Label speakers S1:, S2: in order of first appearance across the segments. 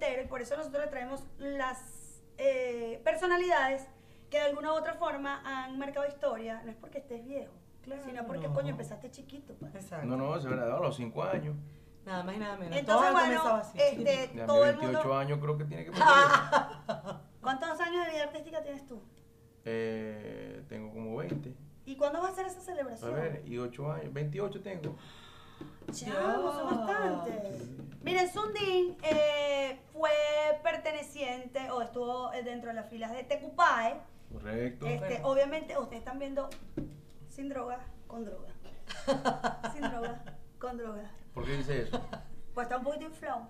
S1: Eh,
S2: eso nosotros le traemos las eh, personalidades que de alguna u otra forma han marcado historia. No es porque estés viejo, sino porque,
S3: Claro.
S2: coño, empezaste chiquito. pues. pa.
S3: Exacto.
S1: No, no, se me graduó a los 5 años.
S3: Nada más y nada menos.
S2: Entonces,
S3: Todo
S2: bueno,
S3: comenzaba así.
S2: este,
S1: Ya a mis
S2: todo el
S1: 28
S2: mundo...
S1: años creo que tiene que
S2: ¿Cuántos años de vida artística tienes tú?
S1: eh, tengo como 20.
S2: ¿Y cuándo va a ser esa
S1: A
S2: celebración?
S1: ver, y 8 años. 28 tengo.
S2: Chavo, son
S3: Ya.
S2: bastantes. Miren, Sundin eh, fue perteneciente o estuvo eh, dentro de las filas de Tecupae.
S1: Correcto.
S2: Este,
S3: Bueno.
S2: obviamente, ustedes están viendo sin droga, con droga. sin droga, con droga.
S1: ¿Por qué dice eso?
S2: Pues está un poquito inflado.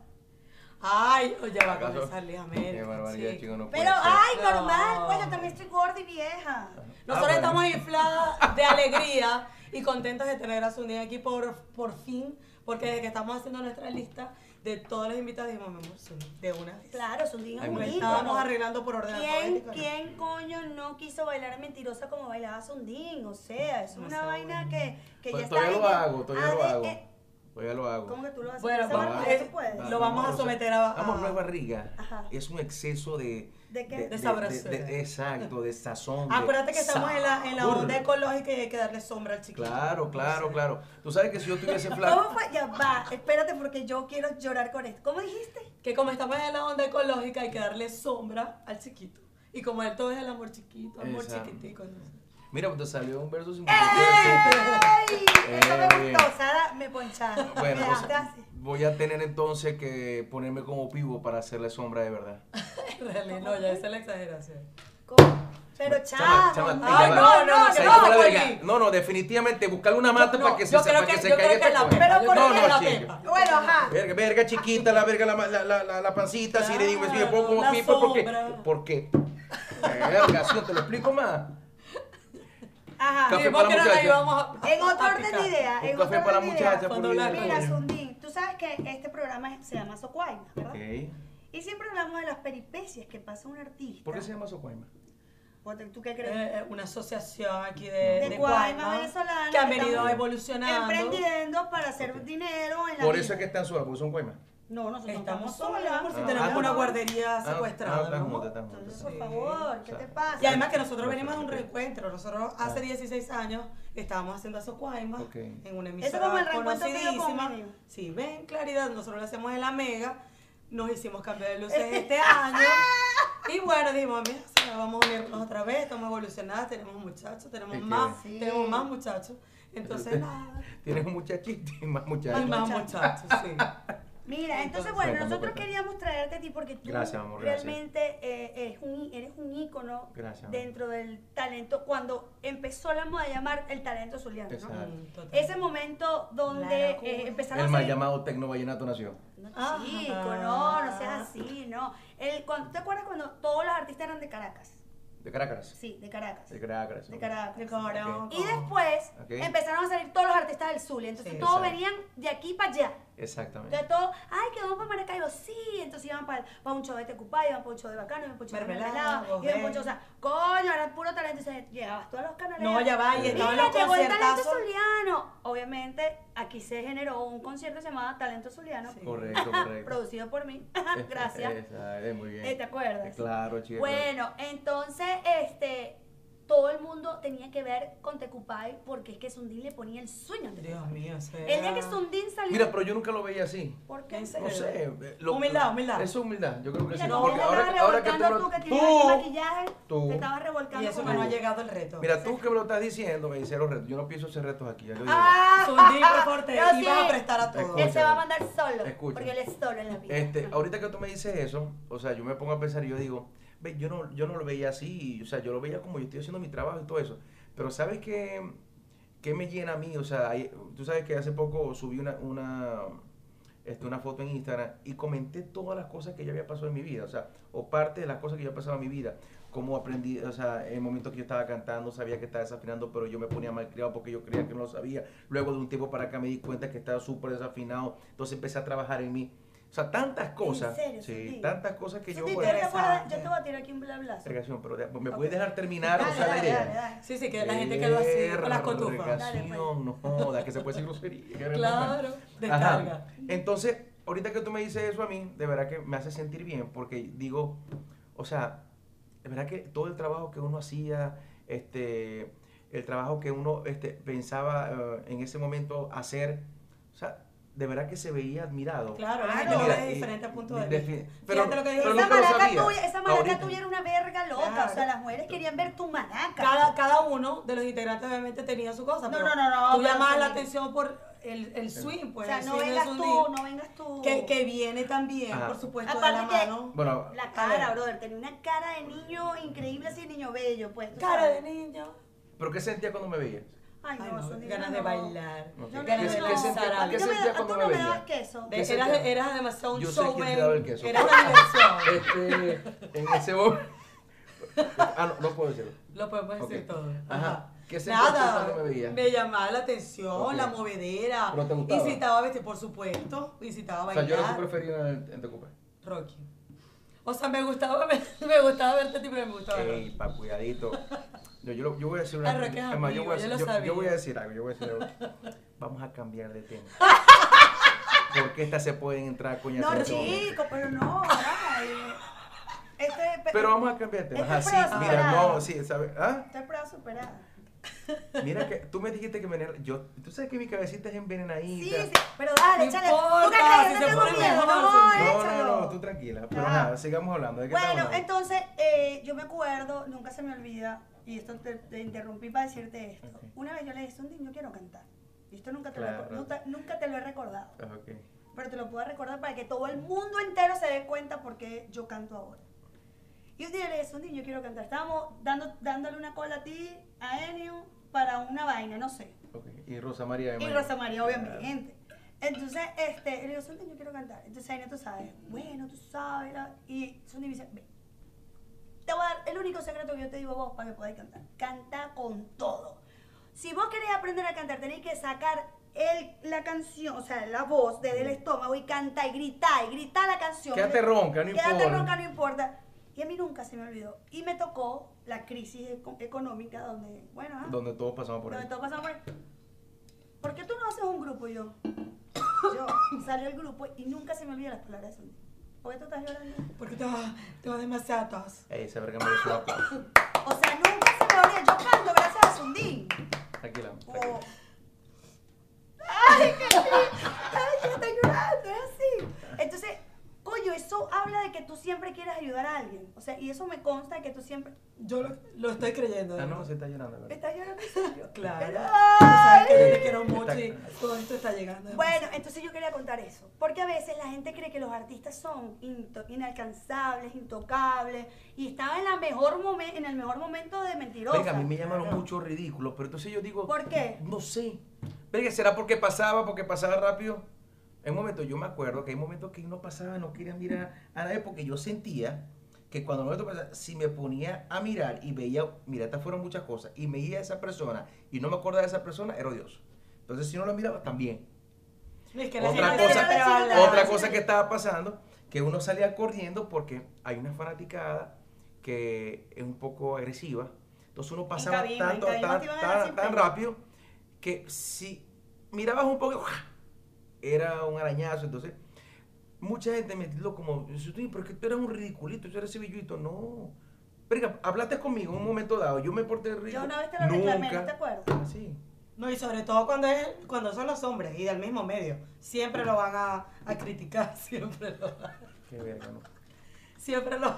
S3: Ay, oh, ya va a
S1: ¿Acaso?
S3: comenzar Liz América.
S1: Qué barbaridad,
S3: chico.
S1: chico, no puede
S2: Pero,
S1: ser.
S2: ay,
S3: No.
S2: normal, pues yo también estoy gorda y vieja.
S3: Nosotros
S1: Ah, bueno.
S3: estamos infladas de alegría y contentos de tener a Sunday aquí por, por fin, porque desde que estamos haciendo nuestra lista de todos los invitados, dijimos, mi amor, Sunday, de una vez.
S2: Claro, Sundin es
S1: Ay,
S2: un
S1: me
S3: Estábamos
S2: ícono.
S3: arreglando por orden
S2: ¿Quién,
S3: alfabético, ¿no?
S2: ¿Quién coño no quiso bailar a mentirosa como bailaba Sundin? O sea, es una
S3: Demasiado
S2: vaina
S3: bueno.
S2: que, que
S1: Pues
S2: ya
S1: todavía
S2: está.
S1: lo
S2: en el
S1: hago,
S3: Ah,
S1: todavía lo
S2: ADN.
S1: hago. Todavía lo hago.
S2: eh, ¿Cómo que tú lo haces?
S3: Bueno,
S2: Esa
S3: vamos,
S2: barriga,
S3: es-
S2: tú puedes.
S3: pues. lo vamos a
S1: o sea,
S3: someter a-
S1: Amor, Ah, no Ah,
S3: a-
S1: es barriga.
S2: Ajá.
S1: Es un exceso de.
S2: ¿De qué?
S3: De sabrosura.
S1: de- exacto, de sazón. de
S3: Acuérdate que estamos en la, en la
S1: sabor.
S3: onda ecológica y hay que darle sombra al chiquito.
S1: Claro, claro, claro. Tú sabes que si yo tuviese
S2: ¿Cómo
S1: flaco.
S2: fue? Ya va, espérate porque yo quiero llorar con esto. ¿Cómo dijiste?
S3: Que como estamos en la onda ecológica hay que darle sombra al chiquito. Y como él todo es el amor chiquito, amor
S1: Exacto.
S3: chiquitico. entonces.
S1: Mira, pues, te salió un verso sin
S3: ¡Eh!
S2: ¡Ey! Eso me
S1: Eh, bien.
S2: gustó, Sara, me poncharon.
S1: Bueno,
S2: Me
S1: pues,
S2: dejaste así.
S1: voy a tener entonces que ponerme como pivo para hacerle sombra de verdad.
S3: Ah, En realidad, no, ya esa es la exageración.
S2: ¿Cómo? Pero
S1: Chama,
S2: chama,
S1: chama,
S2: no, pues.
S1: ya
S3: Ay,
S1: va.
S3: no, no,
S1: Se
S3: no,
S1: hizo la
S3: Juanín.
S1: verga. no, no, definitivamente buscarle una mata
S3: No,
S1: para que se,
S3: yo creo
S1: para que,
S3: que-
S1: se
S3: yo
S1: caiga
S3: creo que
S1: esta
S3: la-
S1: cuenta.
S2: pero por
S1: No,
S2: qué
S1: no,
S2: la
S1: chica.
S3: pepa?
S2: Bueno, ajá.
S1: Verga, verga chiquita, la verga, la, la, la, la- la pancita, si le digo eso, yo pongo como
S3: Claro,
S1: pipo, ¿por qué?
S3: la
S1: ¿Por qué? Verga, si no te lo explico más.
S2: Ajá.
S1: Café
S3: Sí,
S1: para
S3: porque
S1: la
S3: no la
S1: muchacha.
S3: íbamos a-
S2: En otro
S3: a
S2: orden
S3: picar.
S2: de idea,
S1: Un
S2: en
S1: café
S2: otro
S1: para la
S2: orden de idea.
S1: muchacha, por
S3: cuando
S1: Dios.
S3: hablar.
S2: Mira, Sundin, tú sabes que este programa es- se llama Socuayma, ¿verdad?
S1: Ok.
S2: Y siempre hablamos de las peripecias que pasa un artista.
S1: ¿Por qué se llama Socuaima?
S2: Porque ¿Tú qué crees?
S3: Eh, eh, una asociación aquí de,
S2: de
S3: de
S2: Guaymas
S3: Guaymas,
S2: venezolanas
S3: que han
S2: que
S3: venido
S2: estamos
S3: evolucionando.
S2: Emprendiendo para hacer dinero en la
S1: Por
S2: vida.
S1: eso es que están solas, porque son Cuaimas.
S2: No, nosotros no
S3: Estamos solas
S2: solas.
S3: por si
S1: Ah,
S3: tenemos
S1: ah,
S3: una
S1: no.
S3: guardería
S1: Ah,
S3: secuestrada.
S1: ah, están
S3: ¿no?
S1: juntas, están juntas.
S2: Entonces,
S1: sí.
S2: por favor, ¿qué
S1: Sí.
S2: te pasa?
S3: Y además que nosotros venimos de un
S1: Perfecto.
S3: reencuentro. Nosotros hace 16 años estábamos haciendo Aso Guaymas
S1: Ok.
S3: en una
S2: Eso
S3: emisora
S2: como el reencuentro que yo
S3: conocidísima.
S2: conmigo.
S3: Sí, ven, claridad, nosotros lo hacemos en la mega. Nos hicimos cambiar de luces este año. Y bueno, dijimos, mira, sí, vamos a unirnos otra vez, estamos evolucionadas, tenemos muchachos, tenemos
S1: Es que-
S3: más,
S2: Sí.
S3: tenemos más muchachos.
S1: Este
S3: Entonces, nada.
S1: Tienes un muchachito y más muchachos.
S3: Hay más muchachos, sí.
S2: Mira, entonces,
S3: Entonces,
S2: bueno,
S1: cuéntame,
S2: nosotros
S1: cuéntame.
S2: queríamos traerte a ti porque tú
S1: Gracias, amor, gracias.
S2: realmente eh, eres, un, eres un ícono
S1: Gracias, amor.
S2: dentro del talento, cuando empezó la moda a llamar el talento zuliano, ¿no?
S1: Exacto.
S3: Mm, total.
S2: Ese momento
S3: La
S2: donde
S3: locura.
S2: eh, empezaron
S1: El
S2: a
S1: mal
S2: salir-
S1: llamado Tecno Vallenato nació.
S2: No,
S3: Ah.
S2: chico, no, no seas así, no. El, cuando, ¿Te acuerdas cuando todos los artistas eran de Caracas?
S1: De Caracas.
S2: Sí, de Caracas.
S1: De Caracas.
S2: De Caracas.
S3: De Caracas.
S2: Y después
S1: Ok.
S2: empezaron a salir todos los artistas del Zulia. Entonces
S3: Sí,
S2: todos
S1: exacto.
S2: venían de aquí para allá.
S1: Exactamente.
S2: Entonces todos, ay, que vamos para Maracaibo, sí. Entonces iban para, para un show de Tecupá, iban para un show de Bacano, iban para un show de
S3: Mermelada,
S2: Mermelada, iban para un
S3: Bobé.
S2: show, o sea, coño, era puro talento. Entonces llegabas tú a los canales.
S3: No, ya va, y estaban
S2: Mira,
S3: los
S2: llegó el talento
S3: conciertazos.
S2: zuliano. Obviamente, aquí se generó un concierto llamado Talento Zuliano,
S3: Sí.
S1: Correcto, correcto.
S2: producido por mí.
S1: Es-
S2: ah, Gracias.
S1: esa, es muy bien.
S2: Eh, ¿Te acuerdas?
S1: Eh, Claro, chica.
S2: Bueno, entonces, este, todo el mundo tenía que ver con Tecupay porque es que Sundin le ponía el sueño. a Tecupay.
S3: Dios mío, o sea,
S2: El día que Sundin salió,
S1: Mira, pero yo nunca lo veía así.
S2: ¿por qué?
S3: ¿En serio?
S1: No sé. eh, lo-
S3: Humildad, humildad.
S1: Eso es humildad. Yo creo que
S2: Mira,
S1: sí.
S2: no,
S1: Porque
S2: te
S1: ahora,
S2: estabas
S1: ahora que tú,
S2: revolcando
S1: lo-
S2: tú que tienes aquí
S1: tú,
S2: maquillaje,
S1: tú.
S2: te estabas revolcando
S3: Y eso
S2: con
S3: que no ha
S2: algo.
S3: llegado el reto.
S1: mira, tú que me lo estás diciendo, me dice los retos. Yo no pienso hacer retos aquí. Ya yo digo.
S2: ¡Ah!
S3: Sundin, por favor, te
S2: Yo sí.
S3: ibas a prestar a todos.
S2: Él se va a
S1: Escúchame.
S2: mandar solo,
S1: Escucha.
S2: porque él es solo en la vida.
S1: Este, ahorita que tú me dices eso, o sea, yo me pongo a pensar y yo digo, ve, yo no, yo no lo veía así, o sea, yo lo veía como yo estoy haciendo mi trabajo y todo eso. Pero ¿sabes qué, qué me llena a mí? O sea, hay- tú sabes que hace poco subí una, una, este, una foto en Instagram y comenté todas las cosas que ya había pasado en mi vida, o sea, o parte de las cosas que yo había pasado en mi vida. Cómo aprendí, o sea, en el momento que yo estaba cantando, sabía que estaba desafinando, pero yo me ponía mal criado porque yo creía que no lo sabía. Luego de un tiempo para acá me di cuenta que estaba súper desafinado, entonces empecé a trabajar en mí. O sea, tantas cosas.
S2: serio,
S1: sí,
S2: Santi?
S1: tantas cosas que yo.
S2: Sundin, ¿tú
S1: Bueno,
S2: te acuerdas?
S3: interesante.
S2: Yo te voy a tirar aquí un bla bla.
S1: segregación, pero de- me
S2: Ok.
S1: puedes dejar terminar,
S2: Dale,
S1: o sea, eh, la
S2: dale,
S1: idea.
S2: dale, dale.
S3: Sí, sí, que la gente quedó así con las cotufas.
S1: Segregación, No joda, que se puede decir grosería. que era normal.
S3: Claro, descarga.
S1: Ajá. Entonces, ahorita que tú me dices eso a mí, de verdad que me hace sentir bien, porque digo, o sea, de verdad que todo el trabajo que uno hacía, este, el trabajo que uno este, pensaba eh, en ese momento hacer, o sea, de verdad que se veía admirado.
S3: Claro,
S2: Claro.
S3: la
S1: Y
S3: gente
S1: mira,
S3: lo ve de
S1: y-
S3: diferentes puntos de
S1: defi-
S3: vista.
S1: pero-
S3: Fíjate lo que
S1: pero
S3: dije.
S1: lo-
S2: Esa
S1: que
S2: maraca
S1: sabía,
S2: tuya, esa maraca
S1: ahorita.
S2: tuya era una verga loca.
S3: Claro.
S2: O sea, las mujeres querían ver tu maraca.
S3: Cada, cada uno de los integrantes obviamente tenía su cosa,
S2: No,
S3: pero
S2: no, no, no,
S3: tú
S2: pero
S3: llamabas
S2: sí.
S3: la atención por el, el swing,
S2: o
S3: pues.
S2: sea,
S3: el
S2: no
S3: swing es
S2: vengas
S3: un
S2: tú,
S3: ritmo
S2: no vengas tú.
S3: Que, que viene también,
S1: Ajá.
S3: por supuesto, de la
S2: Aparte que-
S3: mano.
S1: Bueno,
S2: La cara,
S3: A ver.
S2: brother, tenía una cara de niño increíble, así de niño bello, pues. tú
S3: Cara
S2: sabes.
S3: de niño.
S1: ¿pero qué sentía cuando me veías?
S2: Ay, no,
S3: Ay, no,
S2: son
S3: ganas
S2: no.
S3: de bailar,
S1: Ok.
S2: No, no,
S3: ganas de
S2: no, no.
S3: lanzar
S2: A mí no me-
S1: ¿Qué
S3: algo.
S1: sentía
S2: a
S1: cuando
S2: tú no
S1: me
S2: me
S1: veía?
S2: dabas queso.
S3: De-
S1: ¿Qué
S3: eras,
S1: sentía?
S3: eras demasiado un
S1: Yo sé quién te
S3: showman,
S1: daba el queso.
S3: eras una diversión.
S1: Este, en ese momento... Ah, no, no puedo decirlo.
S3: Lo podemos decir
S1: Ok.
S3: todo.
S1: Ajá. ¿Qué sentías tú
S3: Nada,
S1: cuando me veías?
S3: llamaba la atención,
S1: Ok.
S3: la movedera.
S1: ¿Pero te gustaba?
S3: Incitaba a vestir, por supuesto. Incitaba a
S1: O
S3: bailar.
S1: sea, yo era tu preferido en, en Tecupa.
S3: Rocky. O sea, me gustaba, ver- me gustaba verte a ti, pero me gustaba
S1: Ey,
S3: Rocky.
S1: pa, cuidadito. No, yo, lo- yo voy a decir una
S3: Ay, Roque es
S1: además, yo, voy a,
S3: amigo,
S1: decir-
S3: yo lo
S1: yo- yo voy a
S3: sabía.
S1: decir algo, yo voy a decir algo. Vamos a cambiar de tema. Porque estas se pueden entrar a coñazo en
S2: No,
S1: este momento.
S2: chico, pero no. eh. Este, ay. Esto es-
S1: Pero vamos a cambiar de tema.
S2: Esto
S1: Ajá,
S2: Este es
S1: sí,
S2: prueba
S1: mira,
S2: superada.
S1: no, sí, ¿sabes? ¿Ah?
S2: Esto es prueba superada.
S1: Mira que tú me dijiste que me envenena- yo Tú sabes que mi cabecita es
S2: Sí,
S1: envenenadita.
S2: sí, pero dale,
S3: No
S2: échale.
S3: importa,
S2: ¿Tú qué crees?
S3: si
S2: Yo no
S3: se
S2: tengo
S3: pone
S2: miedo,
S3: mejor,
S2: no,
S3: si-
S1: No,
S2: échalo.
S1: no, no, tú tranquila. Pero
S2: Ajá.
S1: nada, sigamos hablando. ¿de qué estamos
S2: Bueno,
S1: hablando?
S2: entonces eh, yo me acuerdo, nunca se me olvida, y esto te, te interrumpí para decirte esto.
S1: Ok.
S2: Una vez yo le dije, Sundi, yo quiero cantar. Y esto nunca te,
S1: Claro.
S2: lo, he- nunca, nunca te lo he recordado,
S1: Ah, ok.
S2: pero te lo puedo recordar para que todo el mundo entero se dé cuenta por qué yo canto ahora. Y un día le dije, Sundi, yo quiero cantar. Estábamos dando, dándole una cola a ti, a Enio, para una vaina, no sé.
S1: Ok, Y Rosa María de
S2: Y
S1: Mayo.
S2: Rosa María,
S1: Claro.
S2: obviamente. Entonces, este, le digo, Sonia, yo quiero cantar. Entonces, Aina, tú sabes, bueno, tú sabes. la- Y Sonia me dice, ve, te voy a dar el único secreto que yo te digo a vos para que podáis cantar. Canta con todo. Si vos querés aprender a cantar, tenéis que sacar el, la canción, o sea, la voz desde el estómago y canta y grita y grita la canción.
S1: Quédate ronca, no
S2: Quédate
S1: importa.
S2: ronca, no importa. Y a mí nunca se me olvidó. Y me tocó la crisis eco- económica donde, bueno, ah,
S1: Donde todos pasamos por
S2: no,
S1: ahí.
S2: todo pasaba por ¿Por qué tú no haces un grupo Y yo? Yo salió el grupo y nunca se me olvidan las palabras de Sandy. ¿Por qué tú estás llorando?
S3: Porque te vas, te vas demasiado atrás.
S1: Ey, esa verga merece un aplauso.
S2: O sea, nunca se me olvida. Yo canto gracias a Sundín.
S1: Tranquila.
S2: O...
S1: tranquila.
S2: ¡Ay, qué ¡Ay, ya está llorando! Es así. Entonces, coño, eso habla de que tú siempre quieres ayudar a alguien. O sea, y eso me consta de que tú siempre...
S3: Yo lo, lo estoy creyendo. de
S1: Ah, no,
S3: verdad.
S1: se está llorando. ¿verdad?
S2: ¿Estás llorando? en serio?
S3: Claro.
S2: Ay.
S3: Sabes que yo te quiero mucho y
S1: Está-
S3: todo esto está llegando.
S2: Bueno, entonces yo quería contar eso, porque a veces la gente cree que los artistas son into- inalcanzables, intocables, y estaba en, la mejor momen- en el mejor momento de mentirosa.
S1: Venga, a mí me llamaron mucho ridículo, pero entonces yo digo...
S2: ¿Por qué?
S1: No sé. Venga, ¿será porque pasaba, porque pasaba rápido? En un momento, yo me acuerdo que hay momentos que no pasaba, no quería mirar a nadie, porque yo sentía que cuando el momento pasaba, si me ponía a mirar y veía, mira, estas fueron muchas cosas, y me iba a esa persona, y no me acordaba de esa persona, era odioso. Entonces, si no la miraba, también.
S3: es que la
S1: Otra
S3: gente
S1: cosa,
S3: siempre
S2: otra
S3: habla.
S1: otra cosa que estaba pasando, que uno salía corriendo porque hay una fanaticada que es un poco agresiva. Entonces uno pasaba
S2: cabina, en
S1: tanto,
S2: cabina
S1: tan,
S2: te iban a
S1: tan-
S2: dar sin
S1: tan
S2: pena.
S1: rápido que si mirabas un poco, ¡guau! era un arañazo. Entonces, mucha gente me dijo como, porque tú eres un ridiculito, tú eres civilluito. No. Verga, hablaste conmigo en un momento dado, yo me porté ridículo.
S2: Yo una vez te lo reclamé, ¿no te
S1: Nunca.
S2: acuerdas?
S1: Ah, sí.
S3: No, y sobre todo cuando, es, cuando son los hombres y del mismo medio. Siempre lo van a, a criticar, siempre lo
S1: Qué verga, ¿no?
S3: Siempre lo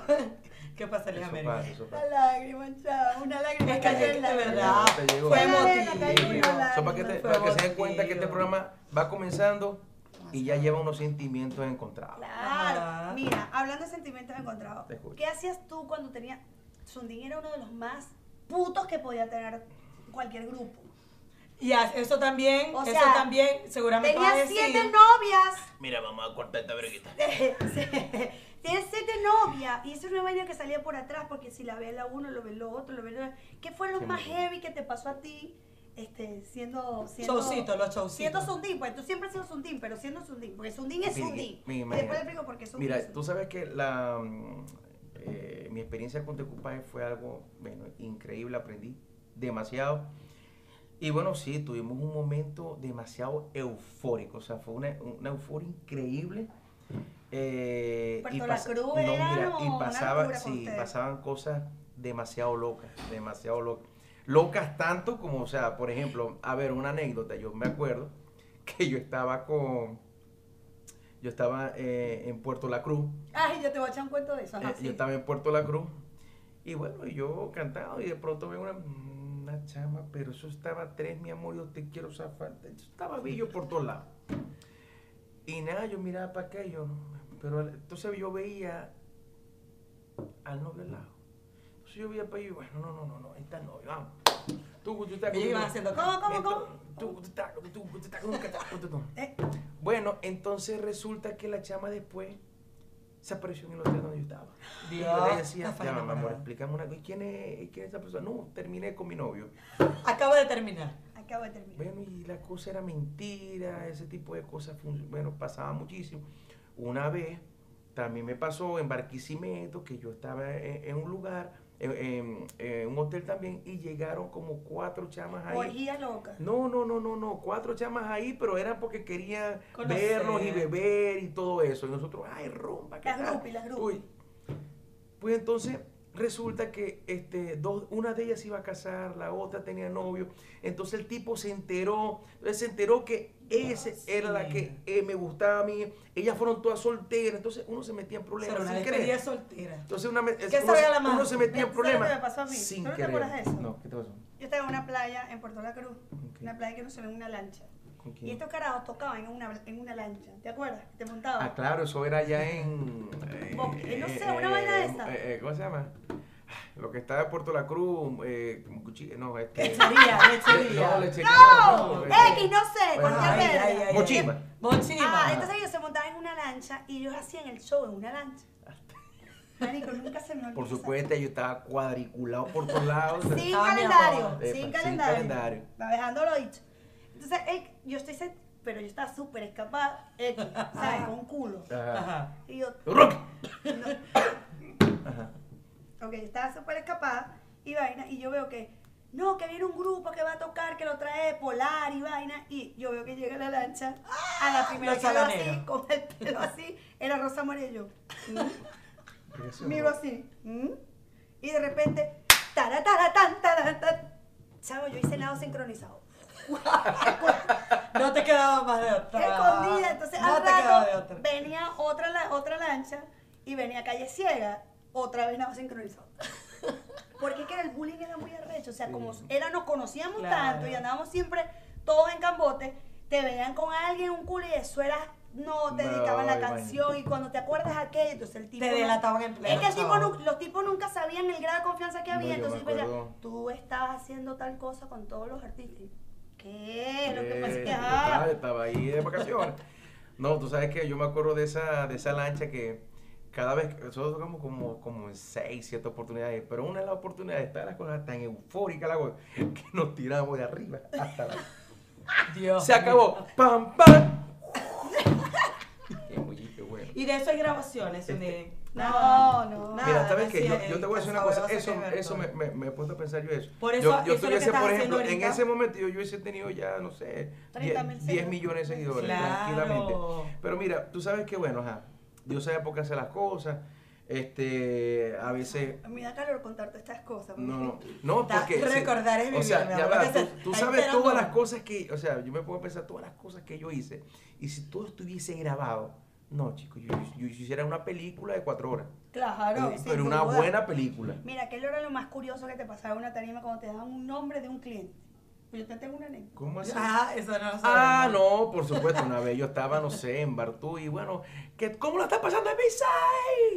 S3: ¿Qué pasa, Lía
S1: Eso
S3: Mary?
S1: pasa, eso pasa.
S2: Una lágrima, chao, una lágrima.
S3: Es que ayer,
S2: cayó en la-
S3: de verdad,
S1: Te llegó.
S3: fue
S2: Te llegó
S3: emotivo.
S2: una lágrima.
S1: Son para que, te-
S3: Fue
S1: para que se den
S3: emotivo.
S1: cuenta que este programa va comenzando y ya lleva unos sentimientos encontrados.
S2: Claro.
S3: Ajá.
S2: Mira, hablando de sentimientos encontrados,
S1: Ah. Te escucho.
S2: ¿qué hacías tú cuando tenía... Sundín era uno de los más putos que podía tener cualquier grupo.
S3: Y as- eso también,
S2: O
S3: eso
S2: sea,
S3: también, seguramente
S2: Tenía
S3: vas a decir.
S2: siete novias.
S1: Mira, vamos a cortar esta verguita.
S2: Tienes siete novias y esa es una vaina que salía por atrás porque si la ve la uno, lo ve lo otro, lo ve lo ¿Qué fue lo
S1: Qué
S2: más
S1: miedo.
S2: heavy que te pasó a ti este, siendo... siendo
S3: Showcito, los showcitos.
S2: Siendo Sundín, pues tú siempre has sido Sundín, pero siendo Sundín, porque Sundín es
S1: Mira,
S2: Sundín.
S1: mira,
S2: Después
S1: imagínate.
S2: te explico por qué Sundín es
S1: Mira,
S2: Sundín.
S1: tú sabes que la, mm, eh, mi experiencia con Tecupaje fue algo, bueno, increíble, aprendí demasiado. Y bueno, sí, tuvimos un momento demasiado eufórico, o sea, fue una, una euforia increíble Eh,
S2: Puerto La
S1: pas-
S2: Cruz
S1: no,
S2: era
S1: mira,
S2: como
S1: y
S2: una
S1: pasaban,
S2: locura con
S1: sí,
S2: ustedes.
S1: pasaban cosas demasiado locas, demasiado locas. Locas tanto como, o sea, por ejemplo, a ver, una anécdota, yo me acuerdo que yo estaba con, yo estaba eh, en Puerto La Cruz,
S2: Ay, yo te voy a echar un cuento de eso. ajá,
S1: eh,
S2: sí.
S1: yo estaba en Puerto La Cruz y bueno, y yo cantado y de pronto veo una, una chama, pero eso estaba tres, mi amor, yo te quiero zafar. Eso estaba billo por todos lados. Y nada, yo miraba para acá y yo, pero entonces yo veía al novio al lado. Entonces yo veía para allá y bueno, no, no, no, no, ahí está el novio, vamos. Tú, tú estás
S3: Ellos iban haciendo
S2: ¿Cómo, cómo,
S1: Entonces,
S2: cómo?
S1: tú, tú estás, tú, tú estás, tú estás, tú estás.
S2: Eh,
S1: Bueno, entonces resulta que la chama después se apareció en el hotel donde yo estaba. Y yo le
S3: Dios,
S1: decía,
S3: la
S1: ya,
S3: faena
S1: mi amor,
S3: parada.
S1: explícame una cosa. ¿Quién es, ¿Quién es esa persona? No, terminé con mi novio.
S3: Acabo de terminar.
S2: acabo de terminar.
S1: Bueno, y la cosa era mentira, ese tipo de cosas, fun- bueno, pasaba muchísimo. Una vez también me pasó en Barquisimeto que yo estaba e, en, en un lugar, en, en- en un hotel también, y llegaron como cuatro chamas ahí.
S2: Orgía loca.
S1: No, no, no, no, no. Cuatro chamas ahí, pero era porque querían
S3: Conocer.
S1: vernos y beber y todo eso. Y nosotros, ay, rumba, ¿qué
S2: Las
S1: tal?
S2: groupies, las groupies.
S1: Uy. Pues entonces resulta que este, dos, una de ellas se iba a casar, la otra tenía novio. Entonces el tipo se enteró, él se enteró que ese
S2: Ah,
S3: Dios,
S1: era la que
S3: mira.
S1: eh, me gustaba a mí. Ellas fueron todas solteras, entonces uno se metía en problemas.
S3: Pero una
S1: sin
S3: despedida
S1: querer.
S3: soltera.
S1: Entonces una, me-
S3: ¿Qué
S1: uno,
S3: sabe la mano?
S1: uno se metía en
S2: ¿Sabes lo que
S1: problemas.
S2: me pasó a mí? ¿Tú
S1: Sin
S2: no te
S1: querer.
S2: acuerdas de eso?
S1: No, ¿qué te pasó?
S2: Yo estaba en una playa en Puerto La Cruz,
S1: Ok.
S2: una playa que no se ve una lancha.
S1: ¿Con quién?
S2: Y estos carajos tocaban en una, en una lancha, ¿te acuerdas? Te montaban.
S1: Ah, claro, eso era ya en. eh,
S2: Bosque, no sé, una vaina de esa.
S1: eh, eh, ¿Cómo se llama? Ah, Lo que está de Puerto La Cruz, eh, como cuchi- no, este.
S3: Lechería, lechería.
S1: No, leche-
S2: ¡No!
S1: no, no,
S2: ¡X,
S1: eh,
S2: no sé!
S1: Bueno,
S2: cualquier
S1: ay,
S2: verga.
S1: ay, ay. Mochima.
S3: Mochima.
S2: Ah, entonces ellos se montaban en una lancha y ellos hacían el show en una lancha. Marico, nunca se me olvidó.
S1: Por
S2: esa-
S1: supuesto, yo estaba cuadriculado por todos lados. o sea,
S2: Sin
S3: Ah, mi
S2: calendario,
S3: amor.
S1: Epa,
S2: sin
S1: sin
S2: calendario.
S1: calendario.
S2: Va dejándolo dicho. Entonces, él- yo estoy, sent- pero yo estaba súper escapada, X, ¿sabes? Con culo.
S1: Ajá.
S3: Ajá.
S2: Y yo,
S1: Rock.
S2: Ok, estaba súper escapada y vaina, y yo veo que, no, que viene un grupo que va a tocar, que lo trae Polar y vaina, y yo veo que llega la lancha a la primera
S3: Los
S2: que veo así,
S3: saloneros. Mm.
S2: con el pelo así, era Rosa Amarillo. Miro así, ¿m? y de repente, tara, tara, tan, tara, tan. Chavo, yo hice nado sincronizado.
S3: No te quedaba más de otra.
S2: Escondida, entonces
S3: no
S2: al
S3: te quedaba de
S2: rato
S3: otra.
S2: venía otra, la- otra lancha y venía calle ciega, otra vez nado sincronizado. Porque es que el bullying era muy arrecho, o sea, como
S1: Sí.
S2: era, nos conocíamos
S3: Claro.
S2: tanto y andábamos siempre todos en cambote, te veían con alguien, un culo y eso era, no, te
S1: No,
S2: dedicaban la
S1: imagínate.
S2: canción y cuando te acuerdas aquello, entonces el tipo...
S3: Te
S2: no-
S3: delataban en pleno
S2: Es que el tipo,
S3: trabajo.
S2: nu- los tipos nunca sabían el grado de confianza que
S1: No,
S2: había,
S1: yo me
S2: entonces pues, ya,
S1: acuerdo.
S2: tú estabas haciendo tal cosa con todos los artistas. Y, ¿Qué? Lo que pasa es
S1: Eh,
S2: que...
S1: yo
S2: ah,
S1: estaba, estaba ahí de vacaciones. No, tú sabes que yo me acuerdo de esa, de esa lancha que cada vez, nosotros tocamos como, como en seis, siete oportunidades, pero una de las oportunidades está la cosa tan eufórica, la cosa, que nos tiramos de arriba hasta la...
S3: Dios
S1: Se
S3: mío.
S1: acabó. ¡Pam, pam! Oye, qué bueno.
S3: Y de eso hay grabaciones,
S1: Este-
S3: Unir.
S2: No, no.
S3: Nada,
S1: Mira, ¿sabes qué? Yo,
S3: decía
S1: yo te voy a decir una cosa.
S3: Erika, sabrosa
S1: Eso,
S3: que
S1: eso me,
S3: Bertol.
S1: me, me he puesto a pensar yo eso.
S3: Por eso-
S1: yo, yo
S3: eso es lo que
S1: tuviese,
S3: estás
S1: por ejemplo,
S3: haciendo
S1: en
S3: ahorita.
S1: ese momento yo, yo hubiese tenido ya, no sé,
S2: 30 mil
S1: 10, 10 millones de seguidores tranquilamente.
S3: Claro.
S1: Pero mira, tú sabes que, bueno, ajá, Dios sabe por qué hace las cosas. Este, a veces...
S2: Me da calor contarte estas cosas.
S1: No,
S2: porque-
S1: no, no,
S3: Da-
S1: porque... sí,
S3: recordar es
S1: O
S3: vivir,
S1: sea,
S3: mi
S1: ya
S3: amor,
S1: va,
S3: que se-
S1: tú, tú
S3: está
S1: sabes
S3: esperando.
S1: todas las cosas que... O sea, yo me pongo a pensar todas las cosas que yo hice. Y si todo estuviese grabado... No, chico, yo, yo- yo hiciera una película de cuatro horas.
S2: Claro,
S1: Eh,
S2: sin
S1: pero una
S2: duda.
S1: buena película.
S2: Mira, ¿qué era lo más curioso que te pasaba en una tarima cuando te daban un nombre de un cliente? Pues yo te tengo una anécdota.
S1: ¿Cómo así?
S3: Ah, eso no lo
S1: Ah,
S3: sabemos.
S1: no, por supuesto, una vez yo estaba, no sé, en Bartú y bueno, que ¿cómo la está pasando en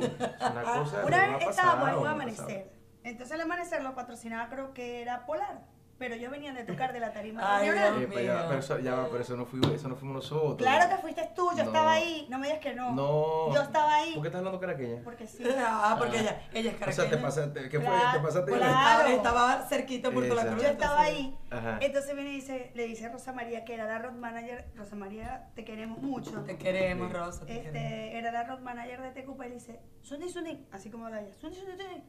S1: Bisay? Es Una cosa que
S2: Ah, Una
S1: no ha
S2: vez estábamos en
S1: pasado,
S2: un
S1: no ha
S2: amanecer. Entonces el amanecer lo patrocinaba, creo que era Polar. Pero ellos venían de tocar de la tarima.
S3: Ay,
S2: regional.
S1: pasado. Eh,
S3: Dios
S1: pero ya,
S3: mío.
S1: pero eso, ya va, pero eso no, fui, eso no fuimos nosotros.
S2: claro que fuiste tú, yo
S1: No.
S2: estaba ahí. No me digas que no.
S1: No.
S2: Yo estaba ahí.
S1: ¿Por qué estás hablando caraqueña?
S2: Porque sí.
S3: Ah, porque ella, ella es
S1: O sea, te
S3: caraqueña.
S1: pasaste, ¿qué fue?
S2: Claro,
S1: ¿Te pasaste?
S3: Bueno,
S2: Claro.
S3: estaba- Estaba cerquita por Puerto la
S1: Exacto.
S3: Cruz.
S2: Yo estaba
S3: entonces-
S2: ahí.
S1: Ajá.
S2: Entonces viene y dice, le dice a Rosa María, que era la road manager. Rosa María, te queremos mucho.
S3: Te queremos,
S1: Sí.
S3: Rosa. te queremos.
S2: Este, era la road manager de Tecupa y le dice, Suni Suni, así como la ella, Suni Suni Suni,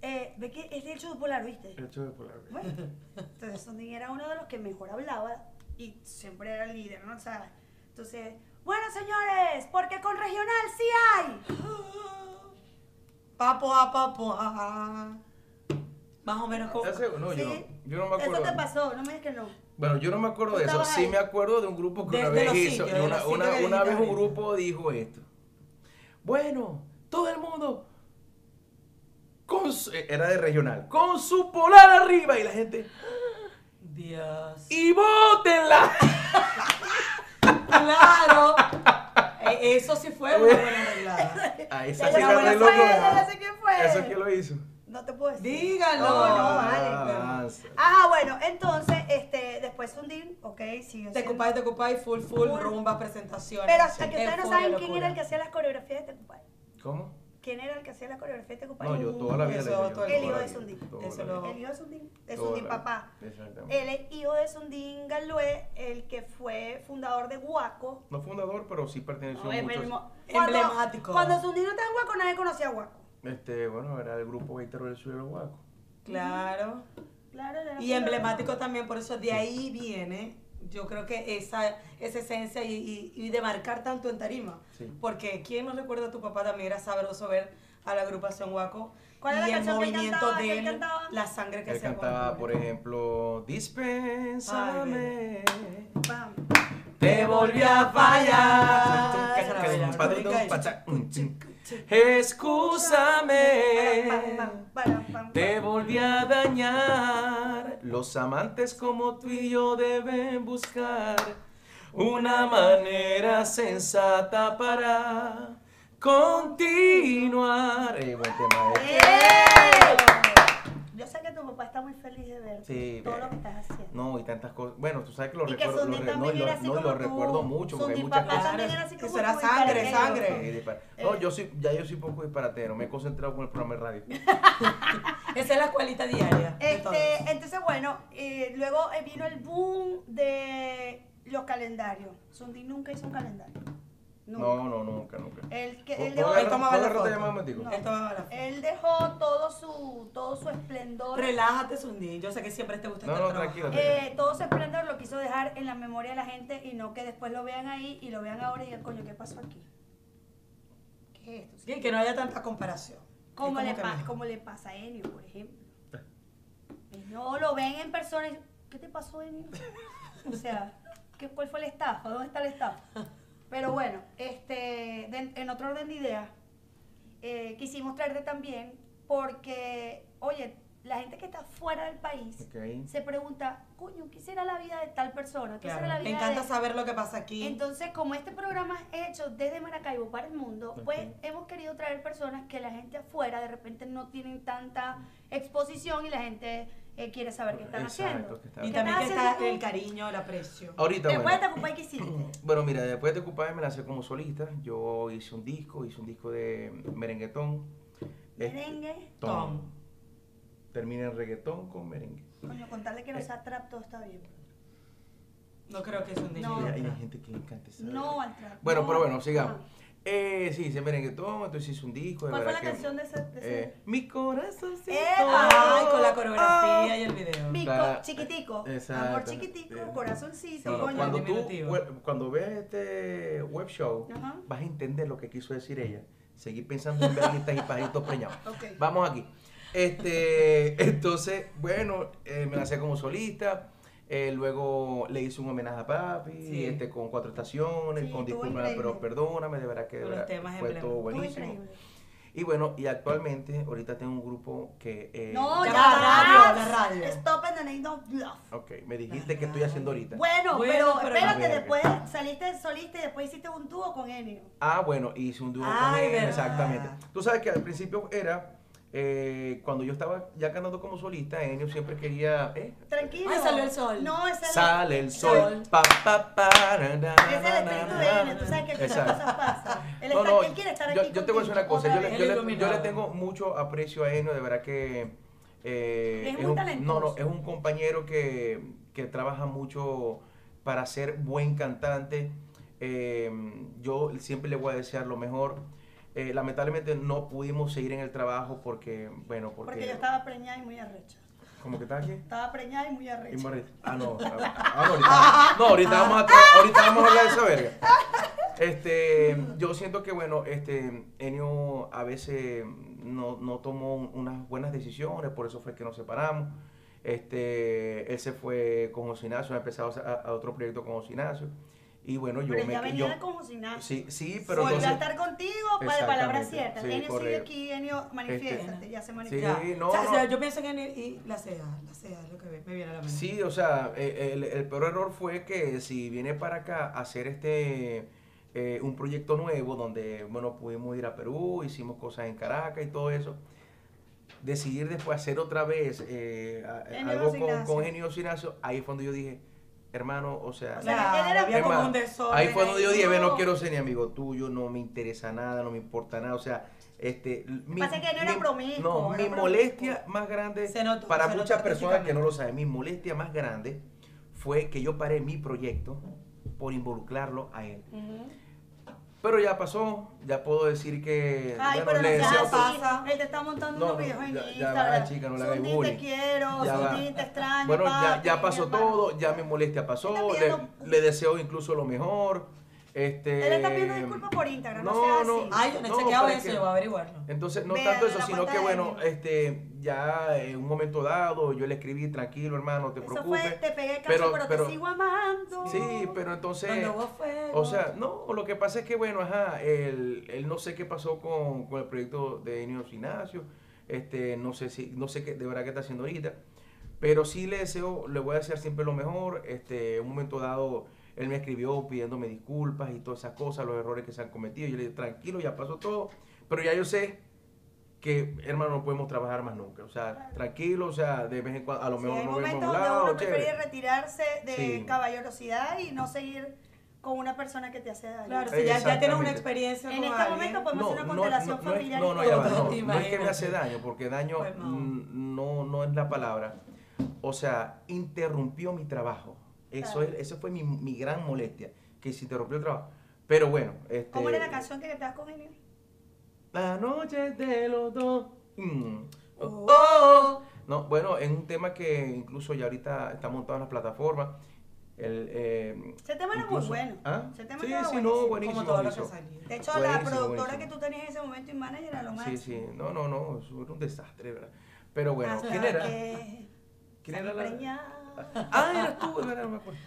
S2: eh, ve que es de hecho polar, ¿viste?
S1: Hecho de polar.
S2: Bueno, entonces Suni era uno de los que mejor hablaba y siempre era el líder, ¿no? O sea, entonces, Bueno, señores, porque con regional sí hay.
S3: Papo, a papo, a. Más o menos como.
S1: ¿Estás seguro? No, yo, no,
S2: Sí.
S1: yo no me acuerdo.
S2: Eso te pasó, no me digas que no.
S1: Bueno, yo no me acuerdo
S2: Tú
S1: de eso.
S2: estabas
S1: Sí
S2: ahí.
S1: me acuerdo de un grupo que una
S3: Desde
S1: vez
S3: los
S1: hizo.
S3: sitios, de
S1: una,
S3: los sitios
S1: una-
S3: que
S1: una vez un
S3: dijiste
S1: grupo dijo esto. Bueno, todo el mundo. Con su- eh, era de regional. Con su polar arriba. Y la gente.
S3: Dios.
S1: ¡Y bótenla!
S3: Claro. Eh, Eso sí fue una buena arreglada.
S1: Ahí
S2: Ya
S1: está
S2: yo
S3: se
S2: sé
S3: agarró
S2: quién
S3: el
S2: fue,
S3: loco.
S2: ya yo sé quién fue.
S1: ¿Eso quién lo hizo?
S2: No te puedo decir.
S3: Dígalo.
S2: Ah, No, no, vale.
S1: Ah,
S2: pero-
S1: avanza.
S2: Ajá, bueno, entonces, este, después hundir, ok, sigue.
S3: Te
S2: siendo-
S3: ocupáis, te ocupáis, full, full,
S2: Full.
S3: rumba, presentaciones.
S2: Pero hasta que
S3: euforia,
S2: ustedes no saben quién
S3: locura.
S2: era el que hacía las coreografías de Tecupay.
S1: ¿Cómo?
S2: ¿Quién era el que hacía las coreografías de Tecupay?
S1: No, yo toda la vida
S3: Eso,
S1: le dije yo,
S3: todo el-
S1: toda
S2: El hijo
S1: la
S2: de
S1: vida,
S2: Sundin.
S1: toda
S3: Eso
S1: la
S3: lo-
S1: vida,
S2: El hijo de Sundin, de
S1: toda
S2: Sundin
S1: la
S2: papá.
S1: vida. Exactamente.
S2: Él es hijo de Sundin Galué, el que fue fundador de Guaco.
S1: No fundador, pero sí perteneció
S2: No,
S1: a
S2: es
S1: muchos.
S2: mismo-
S3: Emblemático.
S2: Cuando Sundin no estaba en Guaco, nadie conocía a Guaco.
S1: Este, bueno, era el grupo gaitero del sur de los Guacos.
S3: Claro.
S2: Claro, él era
S3: Y
S2: fundador.
S3: emblemático también, por eso de ahí viene, yo creo que esa, esa esencia y, y- y de marcar tanto en tarima.
S1: Sí.
S3: Porque quién nos recuerda a tu papá también era sabroso ver a la agrupación Guaco
S2: ¿Cuál
S3: y
S2: era la
S3: el
S2: canción que él
S3: movimiento
S2: cantaba, que
S3: de
S2: él
S3: él,
S2: cantaba?
S3: la sangre que
S1: Él
S3: se
S1: cantaba, por
S3: pone.
S1: ejemplo, Dispensame.
S2: Pam.
S1: Te volví a
S3: Esa era bella.
S1: fallar. Excúsame.
S2: Pam, pam, pam, pam, pam.
S1: Te volví a dañar. Los amantes como tú y yo deben buscar una manera sensata para continuar. Eh, buen tema, eh.
S2: ¡Eh! Yo sé que tu papá está muy feliz de ver
S1: Sí,
S2: todo
S1: ve.
S2: lo que estás haciendo.
S1: No, y tantas cosas. Bueno, tú sabes que lo
S2: y que
S1: recuerdo.
S2: Sundin
S1: lo re-
S2: también
S1: no,
S2: era
S1: lo-
S2: así
S1: no,
S2: como
S1: lo
S2: tú.
S1: recuerdo mucho porque hay
S2: Sundin
S1: muchas
S2: papá
S1: cosas.
S2: también era así
S3: Eso
S2: como
S3: era
S2: tú,
S3: sangre,
S2: disparatero.
S3: sangre.
S1: Sí, dispara.
S2: Eh.
S1: No, yo soy, ya yo soy poco disparatero, me he concentrado con el programa de radio.
S3: Esa es la cualita diaria. de todos.
S2: Este, entonces, bueno, eh, luego eh, vino el boom de los calendarios. Sundin nunca hizo un calendario. Nunca.
S1: No, no, nunca, nunca.
S2: Él, que, él,
S1: ¿Puedo
S2: dejó,
S1: agarrar-
S3: agarrar- Él tomaba
S1: puedo
S3: la
S1: agarrar
S3: foto.
S1: este llamado, momentico?
S2: No.
S3: Él tomaba la-
S2: él dejó todo su, todo su esplendor.
S3: Relájate, Sundín. Yo sé que siempre te gusta este
S1: No,
S3: estar
S1: no,
S3: trabajando.
S1: tranquilo.
S2: Eh, todo ese esplendor lo quiso dejar en la memoria de la gente y no que después lo vean ahí y lo vean ahora y digan, coño, ¿qué pasó aquí? ¿Qué es esto?
S3: Sí, que no haya tanta comparación.
S2: Como
S3: Es
S2: le,
S3: que
S2: pa-
S3: no.
S2: como le pasa a Enio, por ejemplo. Y No lo ven en persona y dicen, ¿qué te pasó, Enio? O sea, ¿qué, ¿cuál fue la estafa? ¿Dónde está la estafa? Pero bueno, este, de- en otro orden de ideas, eh, quisimos traerte también porque, oye, la gente que está fuera del país
S1: Ok.
S2: se pregunta, coño, ¿qué será la vida de tal persona? ¿Qué
S3: Claro.
S2: será la
S3: Me
S2: vida
S3: encanta
S2: de...
S3: saber lo que pasa aquí.
S2: Entonces, como este programa es hecho desde Maracaibo para el mundo,
S1: Ok.
S2: pues hemos querido traer personas que la gente afuera de repente no tienen tanta exposición y la gente eh, quiere saber qué están
S1: Exacto,
S2: haciendo.
S1: que está-
S3: y
S2: ¿Qué
S3: también que
S2: estás
S3: está
S2: haciendo
S3: el
S2: tú?
S3: cariño, el aprecio.
S1: Ahorita,
S2: Después este
S1: bueno.
S2: te ocupás que hiciste.
S1: Bueno, mira, después de ocuparme me lancé como solista. Yo hice un disco, hice un disco de merenguetón. Este,
S2: Merengue,
S1: Tom. Termina en reggaetón con merengue.
S2: coño, contarle
S1: eh,
S2: que no sea trap, todo está bien.
S3: No creo que es un
S2: No.
S1: Y
S3: dinero.
S1: hay hay gente que le encanta esa-
S2: No al trap.
S1: Bueno,
S2: no.
S1: pero bueno, sigamos.
S2: Ajá.
S1: Eh, sí, hice merenguetón, entonces hice un disco. de
S2: ¿Cuál fue la
S1: verdad que-
S2: canción de ese? de ese-
S1: Eh, mi corazoncito.
S2: ¡Epa!
S3: Ay, con la coreografía y el video.
S2: Pico,
S1: para-
S2: chiquitico,
S1: Exacto.
S2: amor chiquitico,
S1: Eh,
S2: corazoncito,
S1: Cuando,
S2: coño.
S1: cuando tú
S3: Diminutivo.
S1: we- cuando veas este web show,
S2: Ajá.
S1: vas a entender lo que quiso decir ella. Seguir pensando en verguitas y pajaritos preñados.
S2: Ok.
S1: Vamos aquí. Este, entonces, bueno, eh, me lancé como solista. eh, luego le hice un homenaje a papi,
S3: Sí.
S1: este, con cuatro estaciones,
S2: Sí,
S1: con
S2: estuvo
S1: disculpa, pero
S2: increíble.
S1: perdóname, de verdad que de
S3: Los
S1: verdad,
S3: temas
S1: fue todo
S3: emblemáticos.
S2: Estuvo
S1: buenísimo.
S2: increíble.
S1: Y bueno, y actualmente, ahorita tengo un grupo que... eh,
S2: No,
S3: Ya
S2: ya,
S3: va,
S2: va.
S3: radio, la radio.
S2: Stop and the name of love.
S1: Ok, me dijiste que estoy haciendo ahorita.
S2: Bueno,
S3: Bueno,
S2: pero,
S3: pero-
S2: espérate,
S1: Verga.
S2: después saliste solista y después hiciste un dúo con Enio.
S1: Ah, bueno, hice un dúo con
S3: Ay,
S1: él,
S3: ¿verdad?
S1: exactamente. Tú sabes que al principio era, eh, cuando yo estaba ya cantando como solista, Enio siempre quería, eh,
S2: Tranquilo.
S3: Ay, salió el sol.
S2: No, ese es
S1: sale el sol, pa, pa, pa, na, na,
S2: Ese es el
S1: na,
S2: espíritu
S1: na,
S2: de
S1: na,
S2: Enio, tú sabes que
S1: na.
S2: esas cosas pasan. Él,
S1: No,
S2: está-
S1: no,
S2: él quiere estar
S1: yo,
S2: aquí
S1: yo te voy a decir
S2: contigo
S1: una cosa,
S2: otra
S1: yo, le-
S2: vez.
S1: yo
S3: El
S1: le- yo le,
S3: iluminado.
S1: tengo mucho aprecio a Enio, de verdad que... eh,
S2: Es muy
S1: un-
S2: talentoso.
S1: No, no, es un compañero que, que trabaja mucho para ser buen cantante. Eh, yo siempre le voy a desear lo mejor. Eh, lamentablemente no pudimos seguir en el trabajo porque, bueno, porque...
S2: Porque yo estaba preñada y muy arrecha.
S1: ¿Cómo que estás aquí?
S2: Estaba preñada y muy arrecha.
S1: Y ah, Morris- Ah, no. Ah, no, ahorita. No, ahorita vamos a, tra- ahorita vamos a hablar de esa verga. Este, yo siento que, bueno, este, Enio a veces no, no tomó un- unas buenas decisiones, por eso fue que nos separamos. Este, él se fue con José Ignacio, ha empezado a, a otro proyecto con José Ignacio. Y bueno, yo
S2: Pero
S1: me
S2: ya
S1: que-
S2: venía
S1: yo-
S2: como si nada.
S1: Sí, sí, pero
S2: Volvió a
S1: entonces-
S2: estar contigo pues, para palabras
S1: Exactamente,
S2: ciertas.
S1: sí,
S2: Enio sigue
S1: correcto.
S2: aquí, Enio, manifiéstate,
S3: Este,
S2: ya se
S1: Sí,
S2: manifiesta.
S3: Ya.
S1: no,
S3: O sea,
S1: no.
S3: o sea, yo pienso en él y, y la seda, la seda es lo que me, me viene a la mente.
S1: Sí, o sea, eh, el, el peor error fue que si viene para acá a hacer este eh, un proyecto nuevo donde, bueno, pudimos ir a Perú, hicimos cosas en Caracas y todo eso, decidir después hacer otra vez eh, a-
S2: Genio
S1: algo con,
S2: Sinacio.
S1: con Genio Sinacio, ahí fue donde yo dije, hermano, o sea,
S2: O sea,
S3: Claro,
S2: él era-
S3: había
S1: es
S3: como
S1: más,
S3: un desorden.
S1: ahí fue donde yo dije, ve, no
S3: No.
S1: quiero ser ni amigo tuyo, no me interesa nada, no me importa nada, o sea, este, mi,
S2: Pasa que no era
S1: mi-
S2: promiscuo,
S1: no,
S2: era
S1: mi
S2: promiscuo.
S1: molestia más grande
S3: Se notó,
S1: para
S3: se notó
S1: muchas personas que
S3: físicamente.
S1: no lo saben, mi molestia más grande fue que yo paré mi proyecto por involucrarlo a él.
S2: Ujú.
S1: Pero ya pasó, ya puedo decir que
S2: Ay,
S1: Eh, bueno,
S2: pero
S1: le
S2: no
S1: deseo
S2: seas
S3: sea,
S1: todo-
S2: así.
S3: pasa.
S2: Él te está montando
S1: No,
S2: unos
S1: no,
S2: videos en
S1: ya- ya
S2: Instagram.
S1: va, chica, no le hagas
S2: Sutil,
S1: bullying.
S2: te quiero,
S1: Ya va.
S2: Sutil, te extraño.
S1: Bueno, ya,
S2: papi,
S1: ya
S2: mi
S1: pasó
S2: hermano.
S1: todo, ya mi molestia
S2: Él
S1: pasó, le,
S2: está pidiendo-
S1: le deseo incluso lo mejor. Este,
S2: Él está pidiendo disculpas por Instagram, no
S1: no,
S2: sea
S1: no.
S2: así.
S3: Ay, yo no he
S1: No,
S3: chequeado
S1: para
S3: eso,
S1: que-
S3: yo voy a averiguarlo.
S1: Entonces, no
S2: Vean
S1: tanto
S2: en
S1: eso,
S2: la
S1: sino que
S2: pantalla.
S1: bueno, este, ya en un momento dado, yo le escribí, tranquilo hermano, te
S2: Eso
S1: preocupes.
S2: fue, te pegué cacho,
S1: pero-
S2: pero,
S1: pero-
S2: te sigo amando.
S1: Sí, pero entonces...
S3: Cuando hubo fuego.
S1: O sea, no, lo que pasa es que, bueno, ajá, él, él no sé qué pasó con, con el proyecto de Enio Ignacio, este, no sé si, no sé qué, de verdad qué está haciendo ahorita, pero sí le deseo, le voy a desear siempre lo mejor, este, en un momento dado, él me escribió pidiéndome disculpas y todas esas cosas, los errores que se han cometido, yo le dije, tranquilo, ya pasó todo, pero ya yo sé que, hermano, no podemos trabajar más nunca, o sea, tranquilo, o sea, de vez en cuando, a lo
S2: Sí,
S1: mejor
S2: hay
S1: nos vemos
S2: momentos
S1: a un
S2: donde
S1: lado,
S2: uno
S1: chévere.
S2: prefiere retirarse de
S1: Sí.
S2: caballerosidad y no seguir con una persona que te hace daño.
S3: Claro, si ya, ya tienes una
S1: Exactamente.
S3: experiencia
S2: En
S3: con
S2: este
S3: alguien.
S2: momento, pues, podemos hacer una constelación
S1: Eh, no es-
S2: familiar y
S1: no, no, ya
S2: todo.
S1: va, no,
S3: Te
S1: no es que me hace
S3: imaginas.
S1: daño, porque daño
S3: Pues no.
S1: mm, no. no es la palabra. O sea, interrumpió mi trabajo. Eso,
S2: Claro.
S1: es, eso fue mi, mi gran molestia, que se interrumpió el trabajo. Pero bueno, este...
S2: ¿Cómo era la canción que cantabas con Enio?
S1: La noche de los dos. Mm.
S3: Oh.
S1: Oh. No, bueno, es un tema que incluso ya ahorita está montado en las plataformas. El, eh,
S2: Ese tema era muy
S1: incluso-
S2: bueno.
S1: ¿Ah?
S2: Ese tema
S1: sí,
S2: estaba
S1: sí,
S2: buenísimo.
S1: no,
S2: Como
S1: buenísimo.
S3: Como todo lo
S1: hizo.
S3: que salió.
S2: De hecho, la
S1: Buenísimo,
S2: productora
S1: buenísimo.
S2: que tú tenías en ese momento y manager era lo más.
S1: Sí, sí, no, no, no, eso era un desastre, ¿verdad? Pero bueno,
S2: Ah,
S1: ¿quién era? ¿Quién era la- Ah, eras tú, no era, no me acuerdo.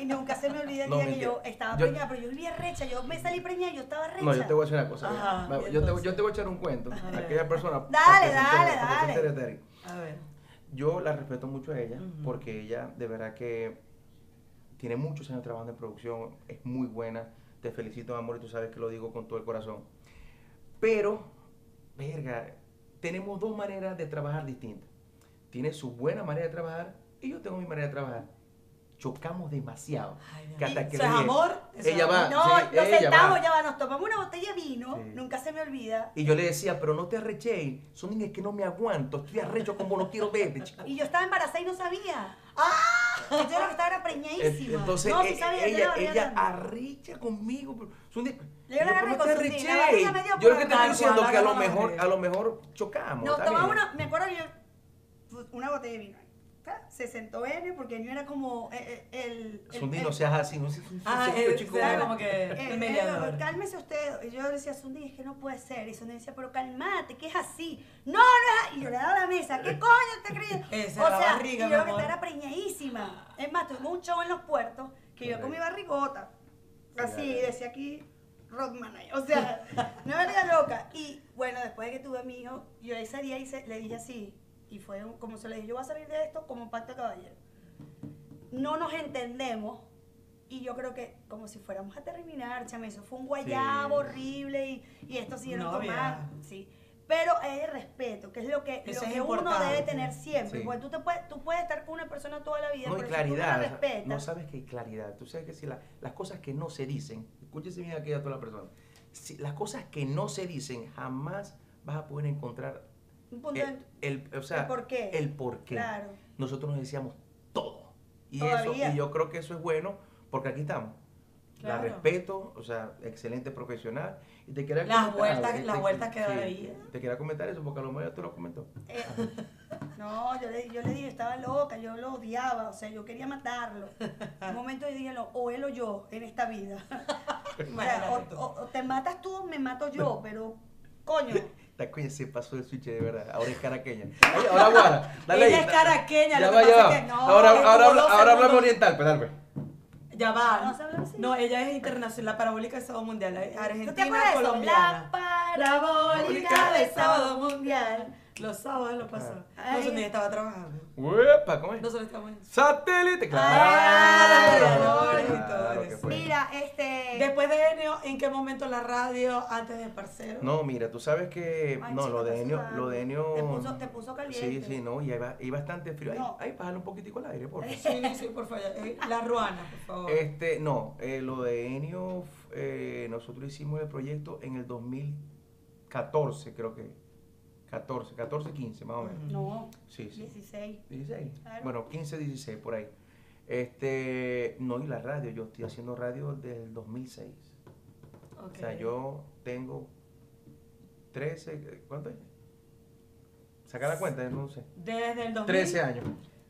S2: Y nunca se me olvida el
S1: No,
S2: día que
S1: mentira.
S2: yo estaba
S1: Yo-
S2: preñada, pero yo vivía recha, yo me salí preñada, yo estaba recha.
S1: No, yo te voy a decir una cosa.
S3: Ajá,
S1: mira.
S3: ¿y
S1: yo, te, yo
S3: entonces?
S1: te voy a echar un cuento.
S3: Ajá.
S1: Aquella persona.
S2: Dale,
S1: para que se
S2: dale,
S1: para que se
S2: dale.
S1: entere, Terry.
S3: A ver.
S1: Yo la respeto mucho a ella
S3: Ujú.
S1: porque ella de verdad que tiene muchos años trabajando en producción, es muy buena, te felicito amor y tú sabes que lo digo con todo el corazón. Pero, verga, tenemos dos maneras de trabajar distintas. Tiene su buena manera de trabajar y yo tengo mi manera de trabajar. Chocamos demasiado.
S3: Ay, Dios
S1: Que hasta
S3: mío.
S1: que
S3: Eso es
S1: le-
S3: amor. eso es
S1: Ella
S3: amor.
S1: va,
S2: No,
S1: sí,
S2: nos
S1: ella
S2: sentamos,
S1: va.
S2: ya va, nos tomamos una botella de vino,
S1: Sí.
S2: nunca se me olvida.
S1: Y yo le decía, pero no te arrechéis, son niñas que no me aguanto, estoy arrecho como no quiero verte, chica.
S2: Y yo estaba embarazada y no sabía. ¡Ah! Yo era que estaba era preñadísima.
S1: Entonces,
S2: no, sí
S1: e-
S2: sabía, yo
S1: ella,
S2: la barriga
S1: ella
S2: grande.
S1: arrecha conmigo. pero Sundi,
S2: Yo la
S1: pero
S2: agarré
S1: no
S2: con
S1: te
S2: Sundi, la
S1: arreches.
S2: barriga me dio
S1: Yo lo
S2: por
S1: que te
S2: agarrar.
S1: estoy diciendo es que a lo
S3: Agarra la
S1: mejor,
S3: barriga.
S1: a lo mejor chocamos.
S2: Nos
S1: está
S2: tomamos
S1: bien.
S2: una, me acuerdo que yo, pues, una botella de vino. Ta, Se sentó N porque N era como eh, eh, el... el-
S1: Sundi,
S2: el-
S1: no seas así. No seas un
S3: Ah,
S1: sucio,
S3: eh,
S1: chico.
S3: sea como que
S2: el-
S3: el
S2: el-
S3: mediador.
S2: el- Eh, cálmese usted. Y yo le decía a Sundi, es que no puede ser. Y Sundi decía, pero cálmate, que es así. No, no es así. Y yo le daba la mesa, ¿qué coño te crees?
S3: Eh, Esa
S2: o
S3: es la
S2: sea,
S3: barriga,
S2: y yo
S3: mi
S2: que
S3: amor.
S2: estaba preñadísima. Es más, tuvimos un show en los puertos que yo con mi barrigota. Así,
S1: Claro.
S2: decía aquí, Rockman. ahí. O sea, una verga loca. Y bueno, después de que tuve a mi hijo, yo ese día hice- le dije así, y fue un- como se le dije, yo voy a salir de esto como un pacto de caballero. No nos entendemos. Y yo creo que como si fuéramos a terminar, chame, eso fue un guayabo
S1: Sí.
S2: horrible y, y esto siguieron
S3: Novia.
S2: tomando. Sí. Pero es el respeto, que es lo que,
S3: Eso
S2: lo
S3: es
S2: que uno
S3: importante.
S2: debe tener siempre.
S1: Sí.
S2: Porque tú, te puedes, tú puedes estar con una persona toda la vida,
S1: No hay
S2: pero si tú no la
S1: claridad. o sea,
S2: respetas,
S1: No sabes que hay claridad. Tú sabes que si la- las cosas que no se dicen, escúchese bien aquí a toda la persona, si las cosas que no se dicen jamás vas a poder encontrar
S2: un punto
S1: el,
S2: de-
S1: el- eh, o sea,
S2: el porqué.
S1: el porqué.
S2: Claro.
S1: nosotros nos decíamos todo. Y, eso,
S2: Todavía.
S1: y yo creo que eso es bueno porque aquí estamos. La
S3: Claro.
S1: respeto, o sea, excelente profesional. Y te quería
S3: Las
S1: comentar-
S3: vueltas- las vueltas que da la vida.
S1: Te quería comentar eso porque a lo mejor ya tú lo comentó.
S2: Eh, no, No, yo le, yo le dije, estaba loca, yo lo odiaba, o sea, yo quería matarlo. En un momento yo dije, lo- o él o yo en esta vida. O, sea,
S3: Imagínate
S2: o-
S3: tú.
S2: o- o te matas tú o me mato yo, pero coño.
S1: La coña se pasó el switch de verdad. Ahora es caraqueña. Ay, ahora guara. Dale ahí.
S3: Ella es
S1: Ya
S3: caraqueña, lo
S1: va,
S3: que
S1: ya
S3: pasa es
S1: va.
S3: que no,
S1: ahora
S3: es como
S1: ahora, habla-
S3: dos
S1: ahora hablamos
S3: segundos.
S1: oriental, perdón. pues.
S3: Ya va.
S2: ¿No se habla así?
S3: Ah, No, ella es internacional, la parabólica de sábado mundial, es
S2: ¿Tú te
S3: argentina,
S2: acuerdas de eso? La
S3: colombiana.
S2: parabólica de sábado mundial.
S3: Los sábados lo pasó.
S1: Ah.
S2: Ay.
S3: Nosotros ni estaba trabajando.
S1: Uepa, ¿cómo es?
S3: Nosotros estábamos en-
S1: Satélite,
S2: Ah,
S1: claro.
S2: los
S1: Claro
S3: editores.
S1: que fue.
S2: Mira, este.
S3: Después de Enio, ¿en qué momento la radio? Antes de Parcero.
S1: No, mira, tú sabes que.
S2: Ay,
S1: no,
S2: chico,
S1: lo de
S2: está
S1: Enio.
S2: sudando.
S1: Lo de Enio.
S2: Te puso- te puso caliente.
S1: Sí, sí, no, y hay, ba- hay bastante frío. Ay,
S2: No.
S1: ay, bájale un poquitico el aire, por favor.
S3: Sí, sí, por favor. Eh, La Ruana, por favor.
S1: Este, no, eh, lo de Enio, f- eh, nosotros hicimos el proyecto en el 2014, creo que. 14, 14, 15, más o menos.
S3: Ujú.
S2: No,
S1: Sí, sí.
S2: 16.
S1: 16.
S2: Claro.
S1: Bueno, 15, 16, por ahí. Este, no, y la radio, yo estoy haciendo radio desde el 2006.
S3: Ok.
S1: O sea, yo tengo 13, eh, ¿cuánto es? Saca la cuenta, no sé.
S3: Desde el 2000.
S1: 13 años.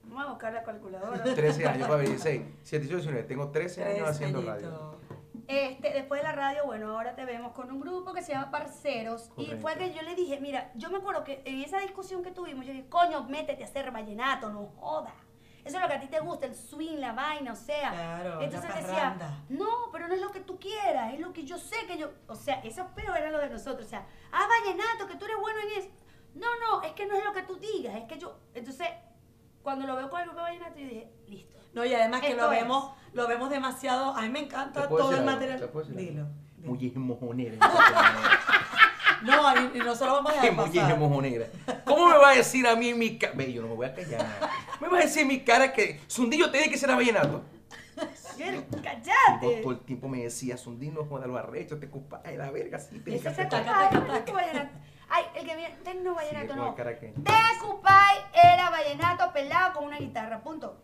S2: Vamos a buscar la calculadora.
S1: 13 años para 26. 7, 18, 19. Tengo 13
S3: Tres
S1: años haciendo radio.
S3: añitos.
S2: Este, después de la radio, bueno, ahora te vemos con un grupo que se llama Parceros. Y fue
S1: Correcto.
S2: que yo le dije, mira, yo me acuerdo que en esa discusión que tuvimos, yo dije, coño, métete a hacer vallenato, no joda. Eso es lo que a ti te gusta, el swing, la vaina, o sea.
S3: Claro, la
S2: Entonces él
S3: parranda.
S2: decía, no, pero no es lo que tú quieras, es lo que yo sé que yo. O sea, esos peos eran lo de nosotros. O sea, ah, vallenato, que tú eres bueno en eso. No, no, es que no es lo que tú digas, es que yo. Entonces, cuando lo veo con el grupo de vallenato, yo dije, listo.
S3: No, y además que
S2: Esto
S3: lo
S2: es.
S3: vemos, lo vemos demasiado. A mí me encanta
S1: ¿Te puedo
S3: todo el
S1: decir algo?
S3: material.
S1: ¿Te puedo decir
S3: Dilo.
S1: algo?
S3: dilo.
S1: Muy mojonera.
S3: No, y, y nosotros vamos a
S1: Qué
S3: dejar pasar.
S1: molleje mojonera. ¿Cómo me va a decir a mí en mi cara? Ve, yo no me voy a callar. ¿Me vas a decir en mi cara que Sundillo te dije que será vallenato? Vos
S2: ¡Cállate!
S1: todo el tiempo me decía, Sundillo, no joda lo arrecho, te culpas de la verga, sí, te
S2: Ese
S1: dije
S2: se
S1: que-
S2: Tecupay, no es tu vallenato. Ay, el que viene, ten no
S1: Sí,
S2: vallenato,
S1: con
S2: no.
S1: el caraqueño.
S2: Tecupay era vallenato pelado con una guitarra, punto.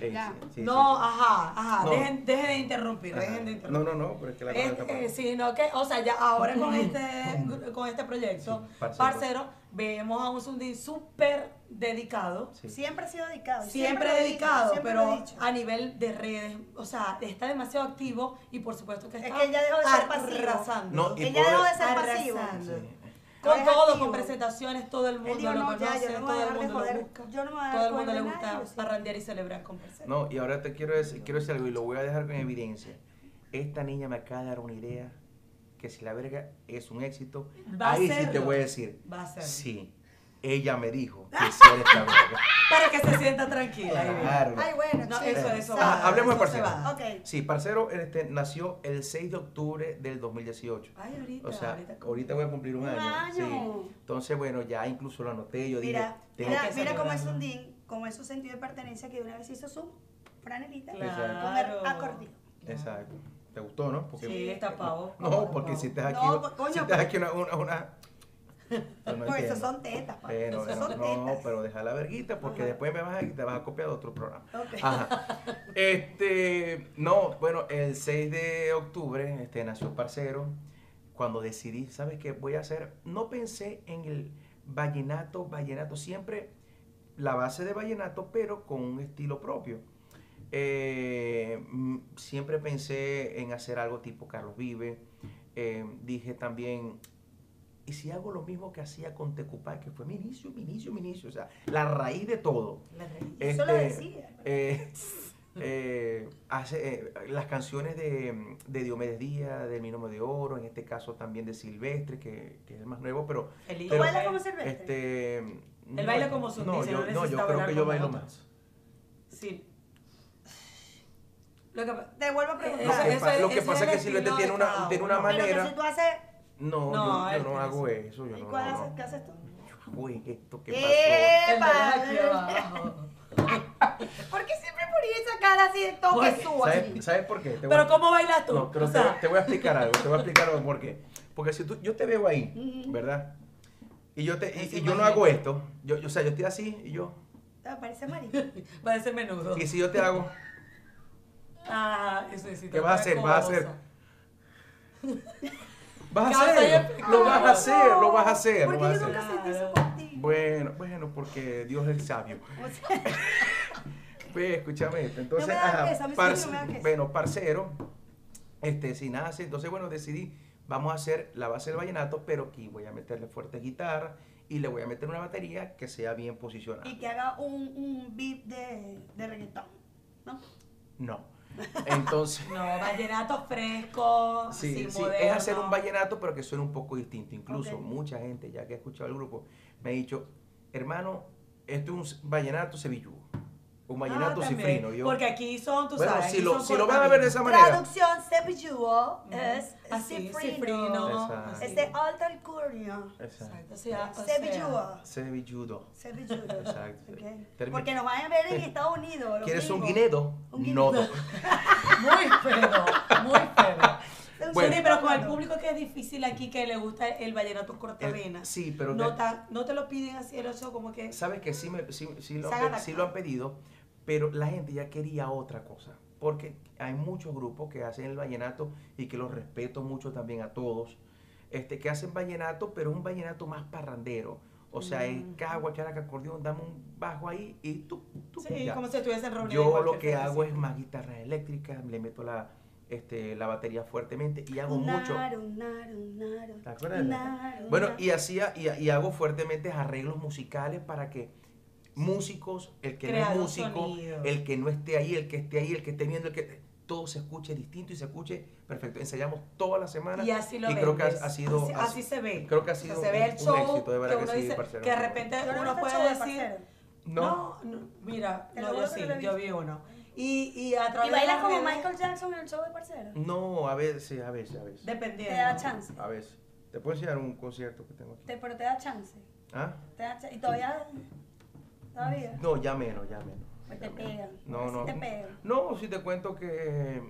S1: Ey,
S2: Ya.
S1: sí, sí,
S3: no,
S1: sí,
S3: ajá, ajá.
S1: No.
S3: Dejen, dejen de interrumpir,
S1: sí.
S3: dejen de
S1: Ajá.
S3: interrumpir.
S1: No, no, no, pero es que la cosa
S3: Es-
S1: está
S3: eh,
S1: pasando.
S3: sino que, o sea, ya ahora con
S2: Mm.
S3: este, gru- con este proyecto,
S1: Sí,
S3: parcero.
S1: parcero.
S3: vemos a un Sundin súper dedicado,
S1: Sí.
S2: Siempre ha sido dedicado. y
S3: siempre
S2: lo he dicho,
S3: dedicado,
S2: siempre lo he
S3: pero
S2: dicho.
S3: a nivel de redes, o sea, está demasiado activo y por supuesto que
S2: Es
S3: está
S2: que ya dejó de ser pasivo.
S3: arrasando.
S1: No, y
S2: Ella dejó de ser
S3: Arrasando.
S2: pasivo.
S1: Sí.
S3: Con
S2: Ahora es
S3: todo,
S2: activo.
S3: con presentaciones, todo el mundo
S2: Él dijo,
S3: lo
S2: no, ya,
S3: conoce,
S2: yo no me voy a
S3: todo el
S2: dejar de
S3: mundo lo
S2: joder,
S3: busca.
S2: yo no me voy a
S3: todo
S2: dejar
S3: el mundo
S2: joder
S3: le
S2: de
S3: gusta
S2: nadie, sí.
S3: parrandear y celebrar con parcero.
S1: No, y ahora te quiero decir, quiero decir algo y lo voy a dejar con evidencia. Esta niña me acaba de dar una idea que si la verga es un éxito,
S3: Va a
S1: ahí sí te
S3: serlo.
S1: voy a decir.
S3: Va a serlo.
S1: Sí, ella me dijo que sí eres la verga.
S3: Para que se sienta tranquila. ahí viene.
S1: Claro.
S2: Ay, bueno,
S3: No,
S2: chico,
S3: eso,
S2: sabe.
S3: eso
S1: Ah,
S3: va.
S1: hablemos de
S3: eso se
S1: parcero.
S3: va.
S2: Ok.
S1: Sí, Parcero este, nació el 6 de octubre del 2018.
S3: Ay, ahorita,
S1: O sea,
S3: ahorita.
S1: ahorita voy a cumplir un
S2: Un
S1: año.
S2: año.
S1: Sí. Entonces, bueno, ya incluso lo anoté. Yo
S2: Mira,
S1: dije, tengo
S2: mira,
S3: que
S2: mira cómo es
S3: celebrarlo.
S2: un DIN, cómo es su sentido de pertenencia que de una vez hizo su franelita
S3: Claro.
S2: con el acordeón.
S1: Exacto. ¿Te gustó, no? Porque-
S3: Sí, está pavo.
S1: No, porque si estás aquí.
S2: No, pues, coño,
S1: si estás
S2: pero-
S1: aquí una. una, una... No, no
S2: Porque
S1: entiendo.
S2: eso son tetas, papá.
S1: Pero,
S2: Eso
S1: no,
S2: son
S1: no,
S2: tetas.
S1: pero deja la verguita porque
S2: Ajá.
S1: después me vas a, te vas a copiar de otro programa.
S2: Ok.
S1: Ajá. Este, no, bueno, el 6 de octubre este, nació Parcero. Cuando decidí, ¿sabes qué voy a hacer? No pensé en el vallenato, vallenato, siempre la base de vallenato, pero con un estilo propio. Eh, mm, siempre pensé en hacer algo tipo Carlos Vive. Eh, dije también, ¿y si hago lo mismo que hacía con Tecupá, que fue mi inicio, mi inicio, mi inicio? O sea, la raíz de todo.
S3: La reina.
S2: Eso lo
S3: este,
S2: decía. pues.
S1: eh, eh, hace, eh, las canciones de, de Diomedes Díaz, del Minomo de Oro, en este caso también de Silvestre, que, que es el más nuevo, pero
S3: El
S2: ¿Tú
S1: Pero-
S2: bailas como Silvestre?
S1: este... no,
S3: baila como su-
S1: No,
S3: dice,
S1: yo,
S3: no
S1: no, yo
S3: necesita
S1: creo
S3: bailar
S1: que yo
S3: como
S1: bailo
S3: otros.
S1: más.
S3: Sí. Lo que pa-
S2: Te vuelvo a
S1: Lo
S2: preguntar.
S1: que,
S3: Ese-
S1: pa- lo
S3: ese
S1: que
S3: eh, es
S1: pasa
S3: el
S1: es que Silvestre
S3: estilo
S1: tiene
S3: de
S1: una,
S3: cada
S1: tiene
S3: uno.
S1: una
S2: Pero que si
S1: manera...
S2: tú haces.
S1: No, yo,
S3: No, él
S1: yo no
S3: tiene
S1: hago
S3: eso.
S1: eso. Yo
S2: ¿Y
S1: no,
S2: cuál
S1: no,
S2: haces?
S1: no.
S2: ¿Qué haces tú?
S1: Uy, esto que pasó.
S3: El
S2: ¡Epa!
S3: de aquí abajo.
S2: ¿Por qué siempre ponía esa cara así de
S3: Porque-
S2: toque suba?
S1: ¿Sabes, ¿Sabes por qué? Te voy a-
S3: Pero ¿cómo bailas tú?
S1: No, pero
S3: O
S1: te,
S3: sea,
S1: te voy a explicar algo, te voy a explicar algo por qué. Porque si tú, yo te veo ahí,
S2: Ujú.
S1: ¿verdad? Y yo, te, y-
S3: Ese
S1: y yo no
S3: imagínate.
S1: hago esto, yo, yo- o sea, yo estoy así y yo,
S2: Te parece marido.
S3: parece menudo.
S1: y si yo te hago,
S3: Ah, eso sí.
S1: ¿Qué vas a hacer? Vas a hacer- vas a
S3: Cada
S1: hacerlo,
S3: día-
S1: lo vas
S3: Ay, no.
S1: a hacer, lo vas a hacer, lo
S2: Porque
S1: vas
S2: yo
S1: a
S2: nunca
S1: hacer.
S2: sentí eso
S3: Claro.
S2: contigo.
S1: Bueno, bueno, porque Dios es sabio.
S2: O sea,
S1: Pues, escúchame esto. Entonces,
S2: No me da
S1: ajá,
S2: queso, a mí sí
S1: parce-
S2: no me da queso.
S1: bueno, parcero, este, sin nada así. Entonces, bueno, decidí, vamos a hacer la base del vallenato, pero aquí voy a meterle fuerte guitarra y le voy a meter una batería que sea bien posicionada.
S2: y que haga un, un beat de, de reggaetón, ¿no?
S1: No. Entonces,
S3: No, vallenato fresco,
S1: sí,
S3: sin
S1: sí,
S3: moderno.
S1: es hacer un vallenato, pero que suene un poco distinto. Incluso
S2: Ok.
S1: mucha gente, ya que ha escuchado el grupo, me ha dicho, hermano, esto es un vallenato sevilludo, un vallenato
S3: Ah, también,
S1: cifrino. Y yo,
S3: Porque aquí son, tú
S1: bueno,
S3: sabes,
S1: si
S3: aquí
S1: lo,
S3: son
S1: si lo van a ver de esa manera.
S2: Traducción Sevilluo es
S3: Así,
S2: cifrino.
S3: Ah,
S2: Este
S3: cifrino.
S1: Exacto.
S3: así.
S2: Es de alta alcurnia.
S1: Exacto.
S3: Exacto, o sea, o sea,
S2: Sevilluo.
S1: Sevilludo.
S2: Sevilludo.
S1: Exacto.
S2: Ok.
S1: Termi-
S2: Porque nos van a ver en Estados Unidos. los
S1: ¿Quieres un
S2: gringos.
S1: guinedo?
S2: Un guinedo.
S1: No. do-
S3: Muy feo, muy feo.
S2: Un
S1: Bueno.
S3: Sí, pero con el
S2: guinedo.
S3: público que es difícil aquí, que le gusta el vallenato corta
S1: Eh,
S3: vena.
S1: sí, pero
S3: no,
S1: de-
S3: tan- no te lo piden así el oso como que...
S1: sabes que sí, me, sí, sí lo,
S3: Se
S1: han
S3: han
S1: pe- sí lo han pedido, pero la gente ya quería otra cosa. Porque hay muchos grupos que hacen el vallenato y que los respeto mucho también a todos, este, que hacen vallenato, pero un vallenato más parrandero. O sea, es
S3: Mm.
S1: cagua, characa, acordeón, dame un bajo ahí y tú, tú
S3: Sí,
S1: ya.
S3: como si estuviese en reunión.
S1: Yo lo que hago es más guitarras eléctricas, le meto la, este, la batería fuertemente y hago
S2: Un
S1: mucho.
S2: naro, un naro, un naro,
S1: ¿Te acuerdas?
S2: un naro, un
S1: Bueno,
S2: naro.
S1: y hacía y, y hago fuertemente arreglos musicales para que músicos, el que
S3: Crear un
S1: no es músico,
S3: sonido.
S1: el que no esté ahí, el que esté ahí, el que esté viendo, el que todo se escuche distinto y se escuche perfecto. Ensayamos toda la semana
S3: Y así lo
S1: creo que ha,
S3: vendes.
S1: ha sido
S3: Así- así se ve.
S1: Creo que ha
S3: O sea,
S1: sido
S3: se ve
S1: un,
S3: el
S1: un
S3: show
S1: éxito de verdad
S3: que uno
S1: que sí,
S3: dice
S1: parcero.
S3: que de repente
S2: Pero no
S3: uno
S2: está
S3: puede
S2: chévere,
S3: decir-
S2: parcero.
S1: no,
S3: No, no, mira,
S2: Te
S3: no,
S2: lo
S3: yo
S2: juro que
S3: sí,
S2: lo he
S3: yo
S2: visto.
S3: vi uno. Y, y a través
S2: Y bailas
S3: de las
S2: como
S3: redes-
S2: Michael Jackson en el show de parcero.
S1: no, a veces, a veces, a veces.
S2: Te
S3: Dependiendo.
S2: da chance.
S1: A veces. Te puedo enseñar un concierto que tengo aquí.
S2: Te- pero te da chance.
S1: ¿Ah?
S2: Te da chance. Y todavía. Todavía.
S1: No, ya menos, ya menos.
S2: Pues
S1: ya
S2: te
S1: menos.
S2: pegan,
S1: No,
S2: sí
S1: no.
S2: te pegan.
S1: No, si te cuento que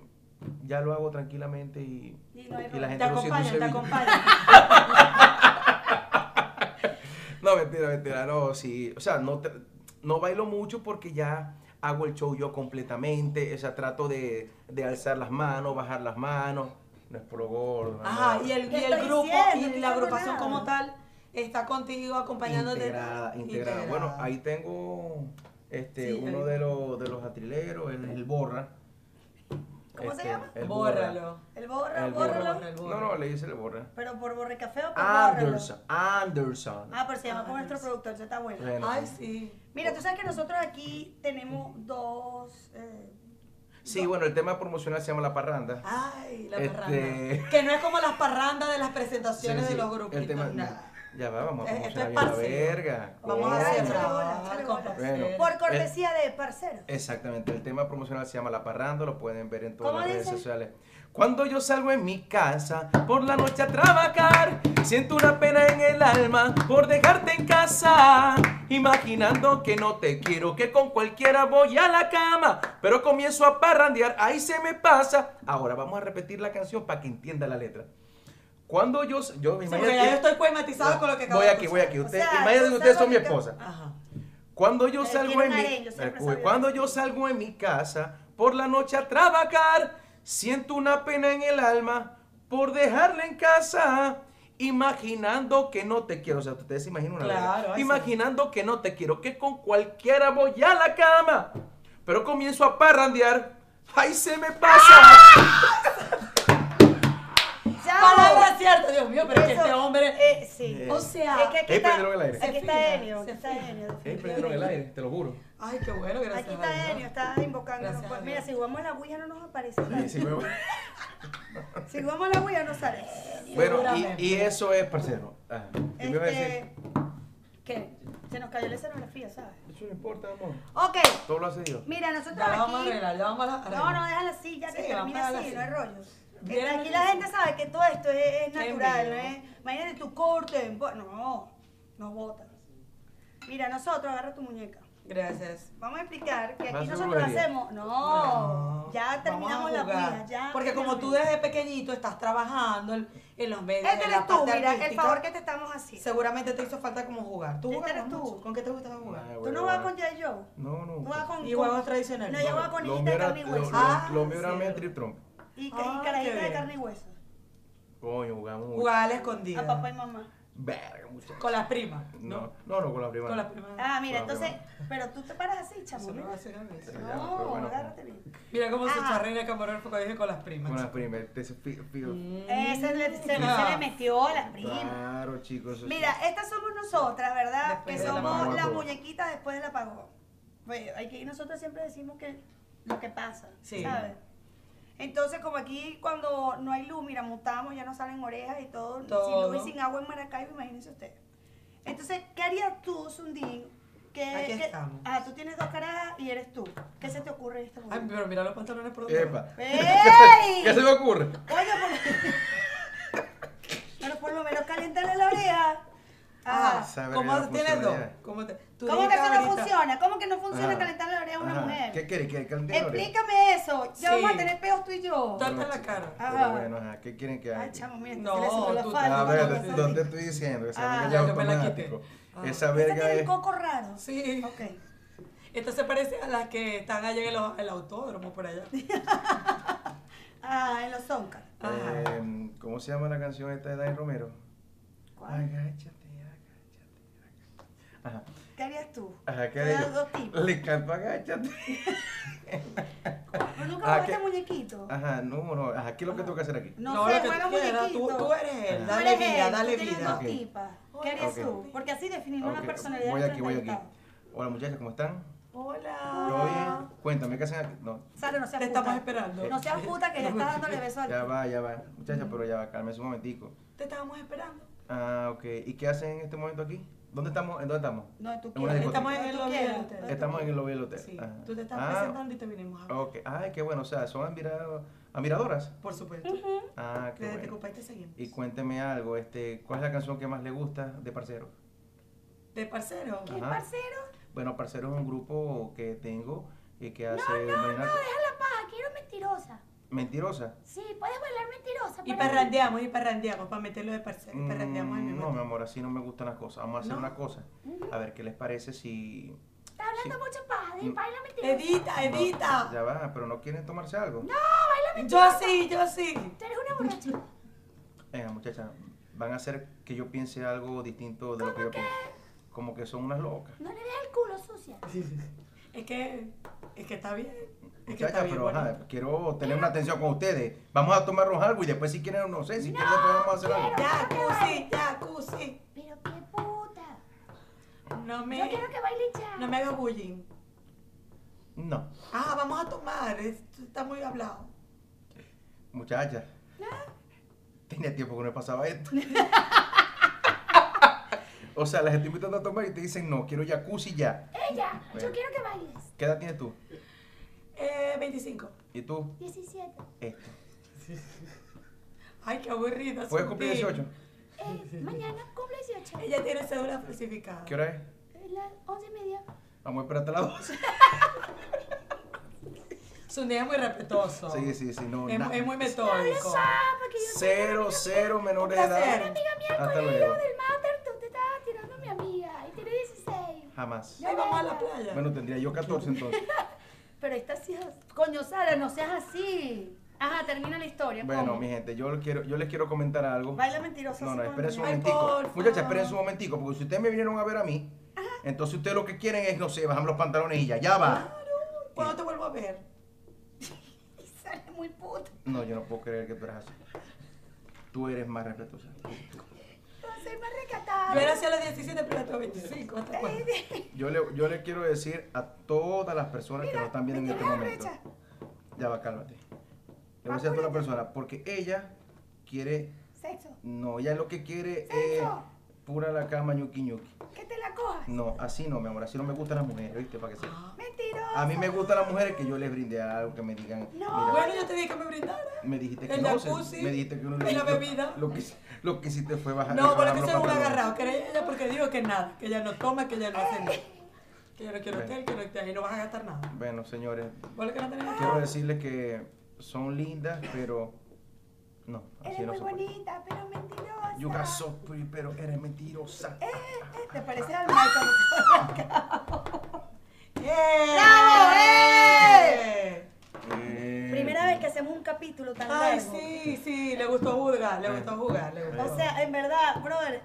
S1: ya lo hago tranquilamente y,
S2: Y no hay
S1: la
S2: problema.
S3: Te
S1: gente lo siente
S3: acompañan, te
S1: sevillano.
S3: acompañan.
S1: No, mentira, mentira, no, sí. O sea, no, te- no bailo mucho porque ya hago el show yo completamente. O sea, trato de, de alzar las manos, bajar las manos. No es pro gordo. no,
S3: Ajá,
S1: no.
S3: y el,
S2: ¿Qué
S3: y el
S2: estoy
S3: grupo,
S2: diciendo? No
S3: y
S2: estoy
S3: la agrupación
S2: diciendo
S3: como
S2: nada.
S3: tal está contigo acompañándote.
S1: Integrada, integrada, Bueno, ahí tengo este,
S3: Sí,
S1: uno
S3: el-
S1: de los, de los atrileros, el, el borra. Este,
S2: ¿Cómo se llama?
S1: El Borra.
S3: Bórralo.
S2: El borra,
S1: El
S2: bórralo.
S3: borra. El borra.
S1: No, no, le dice el borra.
S2: Pero por borrecafé o por
S1: Ah,
S2: bórralo.
S1: Anderson, Anderson.
S2: Ah, pero se llama como nuestro
S3: Anderson.
S2: productor, eso está bueno.
S1: Bueno,
S3: Ay,
S1: sí.
S3: sí.
S2: Mira, tú sabes que nosotros aquí tenemos dos. eh,
S3: Ah,
S1: Sí, bueno, el tema promocional se llama La Parranda.
S3: Ay, la
S1: Este-
S3: parranda. Que no es como las parrandas de las presentaciones
S1: Sí, sí,
S3: de los grupos.
S1: El tema,
S3: Nada.
S1: Ya va, vamos a
S3: Eh, esto
S1: promocionar
S3: es
S1: bien la
S3: parcero.
S1: verga.
S3: Vamos a
S2: Ay,
S3: hacer
S2: échale
S1: Coño.
S2: bola, échale
S3: con
S2: bola.
S3: placer.
S1: Eh,
S2: por cortesía de parcero.
S1: Exactamente, el tema promocional se llama La Parranda, lo pueden ver en todas
S2: ¿Cómo
S1: las redes
S2: dice?
S1: sociales. Cuando yo salgo en mi casa por la noche a trabajar, siento una pena en el alma por dejarte en casa, imaginando que no te quiero, que con cualquiera voy a la cama, pero comienzo a parrandear, ahí se me pasa. Ahora vamos a repetir la canción para que entienda la letra. Cuando yo, yo
S3: Sí,
S1: imagínate
S3: porque ya
S1: que-
S3: yo estoy poematizado con lo que acabo
S1: voy
S3: de
S1: aquí, voy aquí.
S2: O
S1: Usted,
S2: sea,
S1: imagínate
S2: tú
S1: que ustedes
S2: sabes
S1: son mi
S2: que-
S1: esposa.
S3: escuchar. Ajá.
S1: Cuando yo
S2: Él
S1: salgo
S2: quiere
S1: en
S2: un
S1: mi
S2: arengue, siempre
S1: Escuche,
S2: sabe.
S1: cuando yo salgo en mi casa por la noche a trabajar, siento una pena en el alma por dejarla en casa. Imaginando que no te quiero, o sea, ustedes se imaginan una
S3: Claro,
S1: verga.
S3: ay, sí.
S1: Imaginando que no te quiero, que con cualquiera voy a la cama, pero comienzo a parrandear. ¡Ay, se me pasa!
S2: Ya.
S3: Palabra cierta, Dios mío, pero es que
S2: Eso,
S3: este hombre.
S2: eh, sí.
S1: Eh,
S3: o sea.
S2: Es que aquí
S1: Ey,
S2: está,
S1: prendieron el aire.
S2: aquí
S3: Se
S2: está
S3: fija,
S2: Enio, aquí
S3: se
S2: está
S3: fija.
S2: Enio.
S1: Ey, prendieron el aire, te lo juro.
S3: Ay, qué bueno, gracias.
S2: Aquí
S3: a Dios.
S2: está Enio, está invocando.
S3: Gracias a
S2: Pues, mira,
S3: Dios.
S2: si jugamos la Ouija no nos aparece.
S1: Sí, sí, me voy.
S2: Si jugamos la Ouija no sale.
S1: Bueno, y,
S3: Seguramente.
S1: y eso es, parcero. Ajá. ¿Qué me iba a decir?
S2: Este, ¿Qué? Se nos cayó la escenografía, ¿sabes?
S1: Eso no importa, amor.
S2: Ok,
S1: Todo lo hace Dios.
S2: mira, nosotros
S3: Ya la vamos a
S2: aquí...
S3: arreglar, ya vamos a
S2: No,
S3: arreglar.
S2: no, déjala así, ya que
S3: Sí,
S2: termina
S3: vamos a dejarla
S2: así,
S3: así.
S2: no hay rollo.
S3: Bien,
S2: Eh, aquí
S3: bien.
S2: la gente sabe que todo esto es, es
S3: Qué
S2: natural, ¿no
S3: envidia.
S2: es? Imagínate tu corte, bo- no, nos botas. Mira, nosotros, agarra tu muñeca.
S3: Gracias.
S2: Vamos a explicar que
S1: Va a
S2: aquí
S1: ser
S2: nosotros
S1: brujería.
S2: hacemos. No, Oh, ya
S3: Vamos a
S2: terminamos la
S3: jugar.
S2: vida. Ya
S3: Porque como tú
S2: terminamos.
S3: desde pequeñito estás trabajando en en los medios.
S2: Este
S3: en la
S2: eres tú,
S3: parte
S2: mira, el
S3: artística,
S2: favor que te estamos haciendo.
S3: Seguramente te hizo falta como jugar. ¿Tú
S2: Este
S3: jugabas
S2: eres tú.
S3: mucho? ¿Con qué te gustaba jugar?
S1: Ay,
S2: Tú no
S1: huevón.
S2: vas con J. Joe.
S1: No, no.
S2: Tú vas con.
S3: Y huevos
S2: con-
S3: tradicionales.
S2: No, yo voy con
S1: Lo
S2: hijita de
S1: mío era-
S2: carne y
S1: lo- lo-
S2: hueso.
S3: Ah,
S1: Lo mío era
S3: sí.
S1: Metri Trump.
S2: Y, y
S3: Ah, qué
S2: carajita de
S3: bien.
S2: carne y hueso.
S1: Coño, jugamos. mucho.
S3: Jugar a la escondida.
S2: A papá y mamá.
S1: Verga, muchachos.
S3: Con las primas.
S1: No, no, no, con la prima.
S3: Con las
S1: no.
S3: primas.
S2: Ah, mira,
S1: Claro,
S2: entonces,
S1: pero
S2: pero tú te paras así, chamo.
S3: Eso no
S2: mira.
S3: va a ser a mí.
S1: Pero ya, pero
S2: No,
S1: bueno.
S2: agárrate bien.
S3: Mira cómo se
S2: Ajá.
S3: charrena el camarógrafo cuando dije con las primas.
S1: Con las
S3: chico.
S1: primas. te- se- fi- fi-
S3: Mm.
S2: Eh, se le, se, le-
S3: Ah.
S2: se le metió a la prima.
S1: Claro, chicos. eso sí.
S2: Mira, estas somos nosotras, ¿verdad?
S3: Después
S2: que
S3: del
S2: somos
S1: apagón.
S2: las muñequitas después del apagón. Pues, hay que, y nosotros siempre decimos que lo que pasa,
S3: Sí.
S2: ¿sabes? Entonces, como aquí cuando no hay luz, mira, mutamos, ya no salen orejas y todo,
S3: Todo.
S2: sin luz y sin agua en Maracaibo, imagínense ustedes. Entonces, ¿qué harías tú, Sundín? Que,
S3: Aquí
S2: que-
S3: estamos.
S2: Ah, tú tienes dos caras y eres tú. ¿Qué se te ocurre en este
S3: Ay,
S2: momento?
S3: pero mira los pantalones por donde
S1: Epa.
S2: ¡Ey!
S1: ¿Qué se me ocurre?
S2: Oye, por- Pero por lo menos caliéntale la oreja. Ajá.
S3: Ah,
S1: Esa verga
S3: ¿cómo
S1: no
S3: tienes
S1: funciona
S3: dos?
S1: ya.
S3: ¿Cómo, te, tú
S2: ¿Cómo que
S3: dijiste
S2: eso no
S3: ahorita-
S2: funciona? ¿Cómo que no funciona
S1: Ajá.
S2: calentarle la oreja a una
S1: Ah. Ajá. ¿Qué
S2: mujer?
S1: quieres? ¿Que caliente la oreja?
S2: Explícame eso. Ya
S3: Sí.
S2: vamos a tener peos tú y yo.
S3: Torta en
S1: Pero
S3: la cara.
S1: Pero
S2: Ajá.
S1: bueno, ajá, ¿qué quieren que haga?
S2: Ah. Ay, chamo, mira,
S3: No,
S2: se le subió la
S3: tú-
S2: falda.
S1: A
S3: Ah,
S2: cuando
S1: ver,
S3: no,
S2: pasó
S3: no,
S1: te-
S2: así.
S1: no te estoy diciendo, esa
S2: Ah,
S1: verga ya
S3: ya
S1: es
S3: que me la
S1: automático.
S3: quité. Ah.
S1: Esa
S2: Ese tiene
S1: verga
S2: el
S1: es.
S2: coco raro.
S3: Sí.
S2: Ok.
S3: Esta se parece a las que están allá en el, el autódromo por allá.
S2: Ah, en los zoncas.
S3: Ajá.
S1: Eh, ¿Cómo se llama la canción esta de Dani Romero?
S2: ¿Cuál?
S1: Agáchate, agáchate, agáchate. Ajá,
S2: ¿Qué harías tú?
S1: ajá, Ah, ¿qué
S2: Te
S1: digo?
S2: das dos tipos.
S1: Le canto agáchate.
S2: ¿Pero nunca
S1: Ah,
S2: jugaste
S1: ¿qué?
S2: muñequito?
S1: Ajá, no, no, ajá, ¿qué es lo que tengo que hacer aquí?
S2: No,
S3: lo
S2: sé,
S3: que
S2: juega
S3: tú quieras, tú,
S2: muñequito.
S3: tú eres él,
S1: Ajá.
S2: Tú
S3: dale
S2: eres
S3: vida,
S2: él,
S3: dale
S2: tú tienes
S3: vida.
S2: dos
S1: Ok.
S2: tipas. ¿Qué harías
S1: Ok.
S2: tú? Porque así definimos
S1: Ah, Ok,
S2: la personalidad
S1: Voy
S2: de
S1: aquí, voy aquí.
S2: nuestro
S1: Hola muchachas, ¿cómo están? Yo
S3: Hola.
S1: bien. Cuéntame, ¿qué hacen aquí? No,
S2: Sale, no seas
S3: Te
S2: puta.
S3: estamos esperando.
S2: No seas puta que le estás dándole beso al
S1: ya va, ya va. Muchachas, pero ya va, cálmese un momentico.
S3: Te estábamos esperando.
S1: Ah, ok. ¿Y qué hacen en este momento aquí? ¿Dónde estamos? ¿En dónde estamos?
S2: No, tú
S1: En una
S2: quieres.
S1: discoteca.
S2: No,
S3: Estamos en el
S2: tú
S3: lobby
S2: quieres.
S3: del hotel.
S2: No, tú
S1: Estamos en el lobby del hotel.
S3: Sí.
S1: Ajá.
S3: Tú te estás
S1: Ah, Oh.
S3: presentando y te vinimos a ver.
S1: Ok. Ay, qué bueno. O sea, son admirado- admiradoras.
S3: Por supuesto.
S1: Ah, qué
S3: Desde Te
S1: bueno.
S3: ocupáis, te seguimos.
S1: Y cuénteme algo, este, ¿cuál es la canción que más le gusta de Parceros?
S3: De parcero.
S2: quieres.
S1: Ajá.
S2: Parcero,
S1: Bueno, Parceros es un grupo que tengo y que hace
S4: No,
S1: vallenato.
S4: déjala paja, quiero mentirosa.
S1: mentirosa.
S4: Sí, puedes bailar mentirosa.
S3: Y
S4: para mí?
S3: parrandeamos, y parrandeamos, para meterlo de parcero. Y parrandeamos al
S1: Mm,
S3: mismo
S1: No, mi
S3: tiempo.
S1: amor, así no me gustan las cosas. Vamos a hacer
S3: ¿No?
S1: una cosa. A ver qué les parece si.
S4: Está hablando
S1: Sí.
S4: mucho paja, de
S1: Mm.
S4: baila
S3: Eh,
S4: mentirosa.
S3: Edita,
S1: No,
S3: edita.
S1: ya va, pero no quieren tomarse algo.
S3: Yo sí, yo sí.
S4: Tú eres una borracha.
S1: Venga, Eh, muchacha, van a hacer que yo piense algo distinto de lo que yo pienso. Como que son unas locas.
S4: No le des el culo sucia.
S3: Es que, es que está bien. Es que está
S1: Muchacha,
S3: bien.
S1: pero ajá,
S3: bonito.
S1: quiero tener una atención con ustedes. Vamos a tomarnos algo y después si quieren, no sé, si quieren después vamos a hacer algo.
S3: Ya, cusi, ya, cusi.
S4: Pero qué puta.
S3: No
S4: Yo
S3: me,
S4: quiero que baile ya.
S3: no me hagas bullying.
S1: No,
S3: Ah, vamos a tomar. Esto está muy hablado.
S1: muchacha. Tenía tiempo que no me pasaba esto. o sea, las estoy invitando a tomar y te dicen, no, quiero jacuzzi ya.
S4: Ella,
S1: Bueno.
S4: yo quiero que bailes.
S1: ¿Qué edad tienes tú?
S3: Eh, 25.
S1: ¿Y tú?
S4: 17.
S1: Esto.
S3: Ay, qué aburrida.
S1: ¿Puedes cumplir
S3: Sutil.
S1: 18?
S4: Eh, mañana cumple 18.
S3: Ella tiene cédula falsificada.
S1: ¿Qué hora es?
S4: Eh, Las 11 y media.
S1: Vamos a esperarte a las 12.
S3: Su niño es muy respetuoso.
S1: Sí, sí, sí, no,
S3: Es,
S1: nada.
S3: es muy metódico.
S4: Ah, porque yo soy
S1: Cero, cero menores de
S3: placer.
S1: edad.
S4: amiga mía
S1: Hasta
S4: con el
S1: luego.
S4: hijo del mater. Tú te estabas tirando a mi amiga. Y tiene 16.
S1: Jamás.
S3: Ay, vamos a la playa.
S1: Bueno, tendría yo 14 entonces.
S2: Pero esta sí es- Coño, Sara, no seas así. Ajá, termina la historia.
S1: Bueno,
S2: ¿cómo?
S1: mi gente, yo, lo quiero, yo les quiero comentar algo.
S2: Baila mentirosa.
S1: No,
S2: así
S1: no,
S2: con
S1: esperen un
S2: la muñeca.
S1: momentico.
S3: Ay, porfa.
S1: Muchachas, esperen un momentico, porque si ustedes me vinieron a ver a mí, entonces ustedes lo que quieren es, no sé, bajarme los pantalones y ya, ya va.
S3: ¿Cuándo te vuelvo a ver?
S2: Sara es muy puta.
S1: No, yo no puedo creer que tú eres así. Tú eres más respetuosa.
S4: No soy más
S3: Yo
S4: recatada.
S3: era así a los 17, pero tú a 25. ¿Hasta cuándo?
S1: Yo le, yo le quiero decir a todas las personas que nos están viendo en
S2: me
S1: este
S2: tienes
S1: momento.
S2: arrecha.
S1: Ya va, cálmate. Le voy a decir a toda la persona, porque ella quiere,
S2: Sexo.
S1: no, ella lo que quiere es
S4: Sexo.
S1: pura la cama ñuqui ñuqui.
S2: Que te la cojas.
S1: No, así no, mi amor, así no me gustan las mujeres, ¿viste? Para que sepa.
S2: Mentirosa.
S1: A mí me gustan las mujeres que yo les brinde algo, que me digan,
S2: No.
S1: mira,
S3: Bueno, yo te dije que me brindara.
S1: me dijiste que
S3: el
S1: no, se-
S3: jacuzzi
S1: me dijiste que uno
S3: y la
S1: lo-
S3: bebida.
S1: Lo, que, lo que hiciste fue bajar.
S3: No, por
S1: bajar
S3: que
S1: los
S3: soy un
S1: pantalones.
S3: agarrado. Que era ella porque digo que nada, que ella no toma, que ella no hace nada. Que yo no quiero
S1: Bueno.
S3: hotel, que no esté ahí, no vas a gastar nada.
S1: Bueno, señores,
S3: ¿Por que no tenés
S1: quiero
S3: nada?
S1: decirles que son lindas, pero no, así
S2: Eres
S1: no
S2: muy
S1: se puede.
S2: bonita, pero mentirosa.
S1: You got so pretty, pero eres mentirosa.
S2: Eh, ¿Te pareces al Michael?
S3: ¡Eh!
S2: ¡Bravo, eh!
S1: Eh,
S2: Primera vez que hacemos un capítulo tan
S3: Ay,
S2: largo.
S3: sí, sí, le gustó jugar, le gustó jugar, le gustó
S2: O sea, en verdad, brother,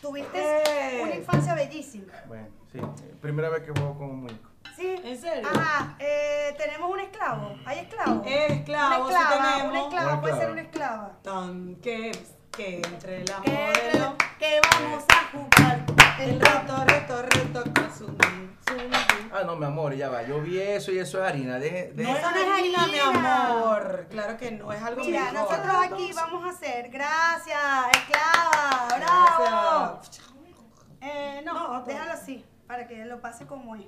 S2: Tuviste
S3: Eh.
S2: una infancia bellísima.
S1: Bueno, sí. eh, Primera vez que juego con un muñeco.
S2: ¿Sí?
S3: ¿En serio? Eh,
S2: Ajá. eh, tenemos un esclavo. ¿Hay esclavo?
S3: Esclavo,
S2: Una
S3: sí
S2: esclava. Una
S3: tenemos.
S2: esclava
S1: Una
S2: puede ser
S1: esclava.
S2: una esclava.
S3: Tan que, que entre las
S2: Que,
S3: modelos.
S2: que vamos a jugar
S3: El reto, reto, reto, consumir. consumir.
S1: Ah, no, mi amor, ya va. Yo vi eso y eso es harina. De, de...
S3: No es
S2: Eso no es
S3: harina, mi
S2: harina.
S3: amor. Claro que no, es algo
S2: Mira,
S3: mejor.
S2: nosotros aquí vamos a hacer. Gracias, esclava. Bravo.
S3: Gracias.
S2: Eh, no,
S3: No, todo.
S2: déjalo así, para que lo pase como es.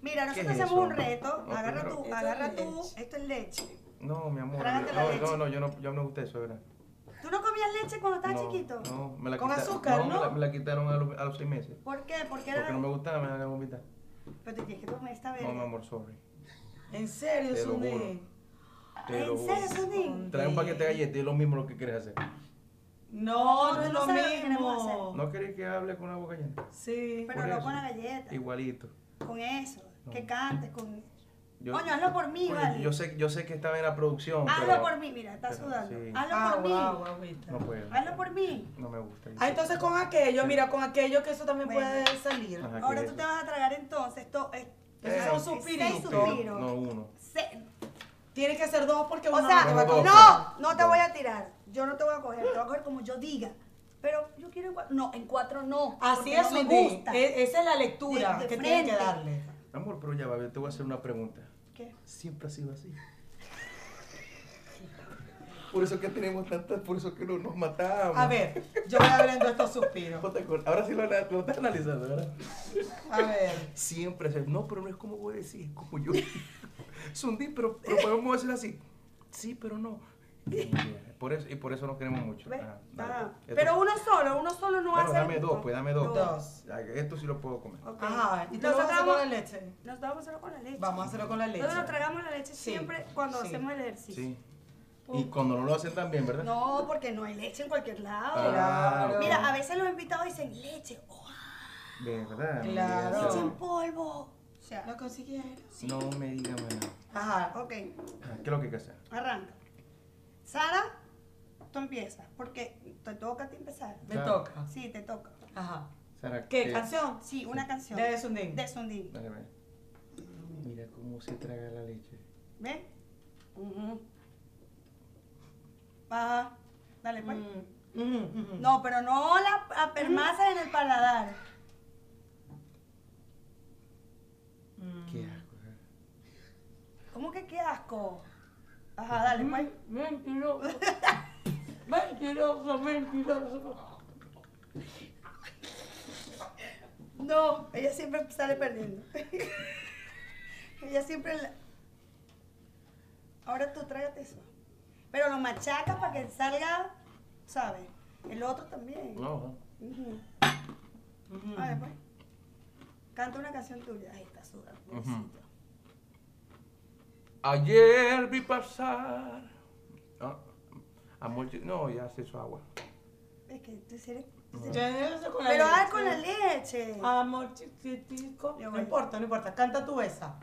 S2: Mira,
S1: ¿Qué
S2: nosotros
S1: es
S2: hacemos un
S1: eso?
S2: reto.
S1: No,
S2: Agarra
S1: primero.
S2: tú,
S3: Esto es
S2: agarra tú.
S3: leche.
S2: Esto es leche.
S1: No, mi amor.
S2: Trágate la
S1: No,
S2: leche.
S1: no, no, yo no, yo no me gusta eso, de ¿verdad?
S2: ¿Tú no comías leche cuando estabas
S1: no,
S2: chiquito?
S1: No, me la
S3: Con
S1: quitaron.
S3: azúcar,
S1: me
S3: ¿no?
S1: la- me la quitaron a los, a los seis meses.
S2: ¿Por qué? Porque era.
S1: Porque no me gustaba, me la vomitar.
S2: Pero te tienes que comer esta vez.
S1: No, mi amor, sorry.
S3: En serio,
S1: Te lo
S3: Sune.
S1: juro. Te lo
S2: ¿En
S1: juro.
S2: serio, Sundin?
S1: Trae un paquete de galletas y es lo mismo lo que quieres hacer.
S3: No, no,
S2: No,
S3: es
S2: no
S3: lo
S2: sé lo que queremos
S3: mismo.
S1: ¿No querés que hable con una boca llena?
S3: Sí.
S2: Pero
S1: por
S2: no
S1: eso.
S2: con la galleta.
S1: Igualito.
S2: Con eso.
S1: No.
S2: Que cantes, con.
S1: Yo-
S2: Coño, hazlo por mí,
S1: Coño,
S2: vale.
S1: Yo sé, yo sé que estaba en la producción.
S2: Hazlo
S1: pero
S2: por mí, mira, está
S1: pero
S2: sudando.
S1: sí.
S2: Hazlo
S3: Agua,
S2: por mí.
S3: agua, agüita.
S1: No puedo.
S2: Hazlo por mí.
S1: No me gusta.
S3: Ah, entonces con aquello, mira, con aquello que eso también
S2: Bueno.
S3: puede salir.
S1: Ajá. Aquí
S2: Ahora
S1: es.
S2: tú te vas a tragar entonces. Esto es.
S3: Esos son suspiritos.
S2: Seis
S1: Suspiro,
S2: suspiros.
S1: No, uno.
S2: Se-
S3: Tiene que ser dos porque
S2: O
S3: uno
S2: sea,
S3: no te va a
S1: Como
S3: comer.
S1: dos.
S2: no, no te voy a tirar. Yo no te voy a coger, te voy a coger como yo diga. Pero yo quiero en cuatro. No, en cuatro no.
S3: Así
S2: porque
S3: es,
S2: no me
S3: Sundin.
S2: gusta.
S3: E- esa es la lectura
S2: De- de
S3: que tienes que
S2: frente.
S3: darle.
S1: Amor, pero ya va, yo te voy a hacer una pregunta.
S2: ¿Qué?
S1: Siempre ha sido así. Por eso que tenemos tantas, por eso que no nos matamos.
S3: A ver, yo voy abriendo estos suspiros.
S1: No te acuerdas. Ahora sí lo, ana- lo estás analizando, ¿verdad?
S3: A ver.
S1: Siempre se- No, pero no es como voy a decir, es como yo. Sundí, pero, pero podemos decir así. Sí, pero no. Por eso, y por eso nos queremos mucho.
S2: ¿Ves?
S1: Ajá, dale,
S2: Ajá.
S1: pues. Esto-
S2: Pero uno solo, uno solo no
S1: Bueno,
S2: hace.
S1: dame dos, pues dame dos.
S3: Dos.
S1: Ya, Esto sí lo puedo comer.
S2: Ok.
S3: Ajá, ¿y te
S2: Nosotros
S3: lo vas a hacer
S2: vamos-
S3: con la leche?
S2: Nos vamos a hacerlo con la leche.
S3: Vamos a hacerlo con la leche.
S2: Nosotros nos tragamos la leche
S3: Sí,
S2: siempre cuando
S3: sí.
S2: hacemos el ejercicio.
S1: Sí. Y cuando no lo hacen tan bien, ¿verdad?
S2: No, porque no hay leche en cualquier lado.
S1: Ah,
S3: Claro.
S2: Mira, a veces los invitados dicen leche, oh,
S1: ¿Verdad?
S3: Claro.
S2: leche en
S1: Miguel?
S2: polvo. O sea,
S3: ¿Lo consiguieron?
S1: No me digas nada.
S3: Ajá.
S2: ok,
S1: Ah, ¿Qué es lo que hay que hacer?
S2: arranca. Sara, tú empiezas, porque te toca a ti empezar.
S3: Me
S1: Claro.
S3: toca.
S2: Sí, te toca.
S3: Ajá.
S1: Sara,
S3: ¿Qué? ¿Canción?
S2: Sí, una canción.
S3: De Sundin.
S2: De Sundin.
S1: Dale, ve. Mira cómo se traga la leche.
S2: ¿Ven? Ujú. Ajá. Dale, pues.
S3: Mm, mm, mm.
S2: No, pero no la apermasa en el paladar.
S3: Mm.
S1: Qué asco. ¿eh?
S2: ¿Cómo que qué asco? Ajá, dale, pues.
S3: Mentiroso. Mentiroso, mentiroso.
S2: No, ella siempre sale perdiendo. ella siempre la- Ahora tú trágate eso. Pero lo machacas para que salga, ¿sabes? El otro también.
S1: No, no.
S2: Ujú.
S3: Ujú.
S2: A ver, pues. Canta una canción tuya. Ahí está sudando.
S1: Ujú.
S2: pobrecito.
S1: Ayer vi pasar. Ah, amor, yo- no, ya se hizo agua.
S2: Es que tú sí eres- tú sí eres-
S3: Ya, ya, eso con la
S2: Pero haz
S3: leche.
S2: con la leche.
S3: Amor chiquitico.
S2: Ya
S3: No
S2: voy.
S3: importa, no importa. Canta tú esa.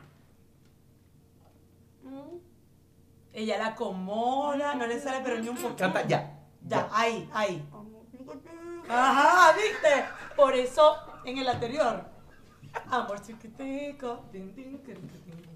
S3: Ella la acomoda, no le sale pero ni un poquito.
S1: Canta ya.
S3: Ya, ahí, ahí.
S2: Como-
S3: Ajá, ¿viste? Por eso, en el anterior. Amor chiquitico. tin, tin, tin, tin,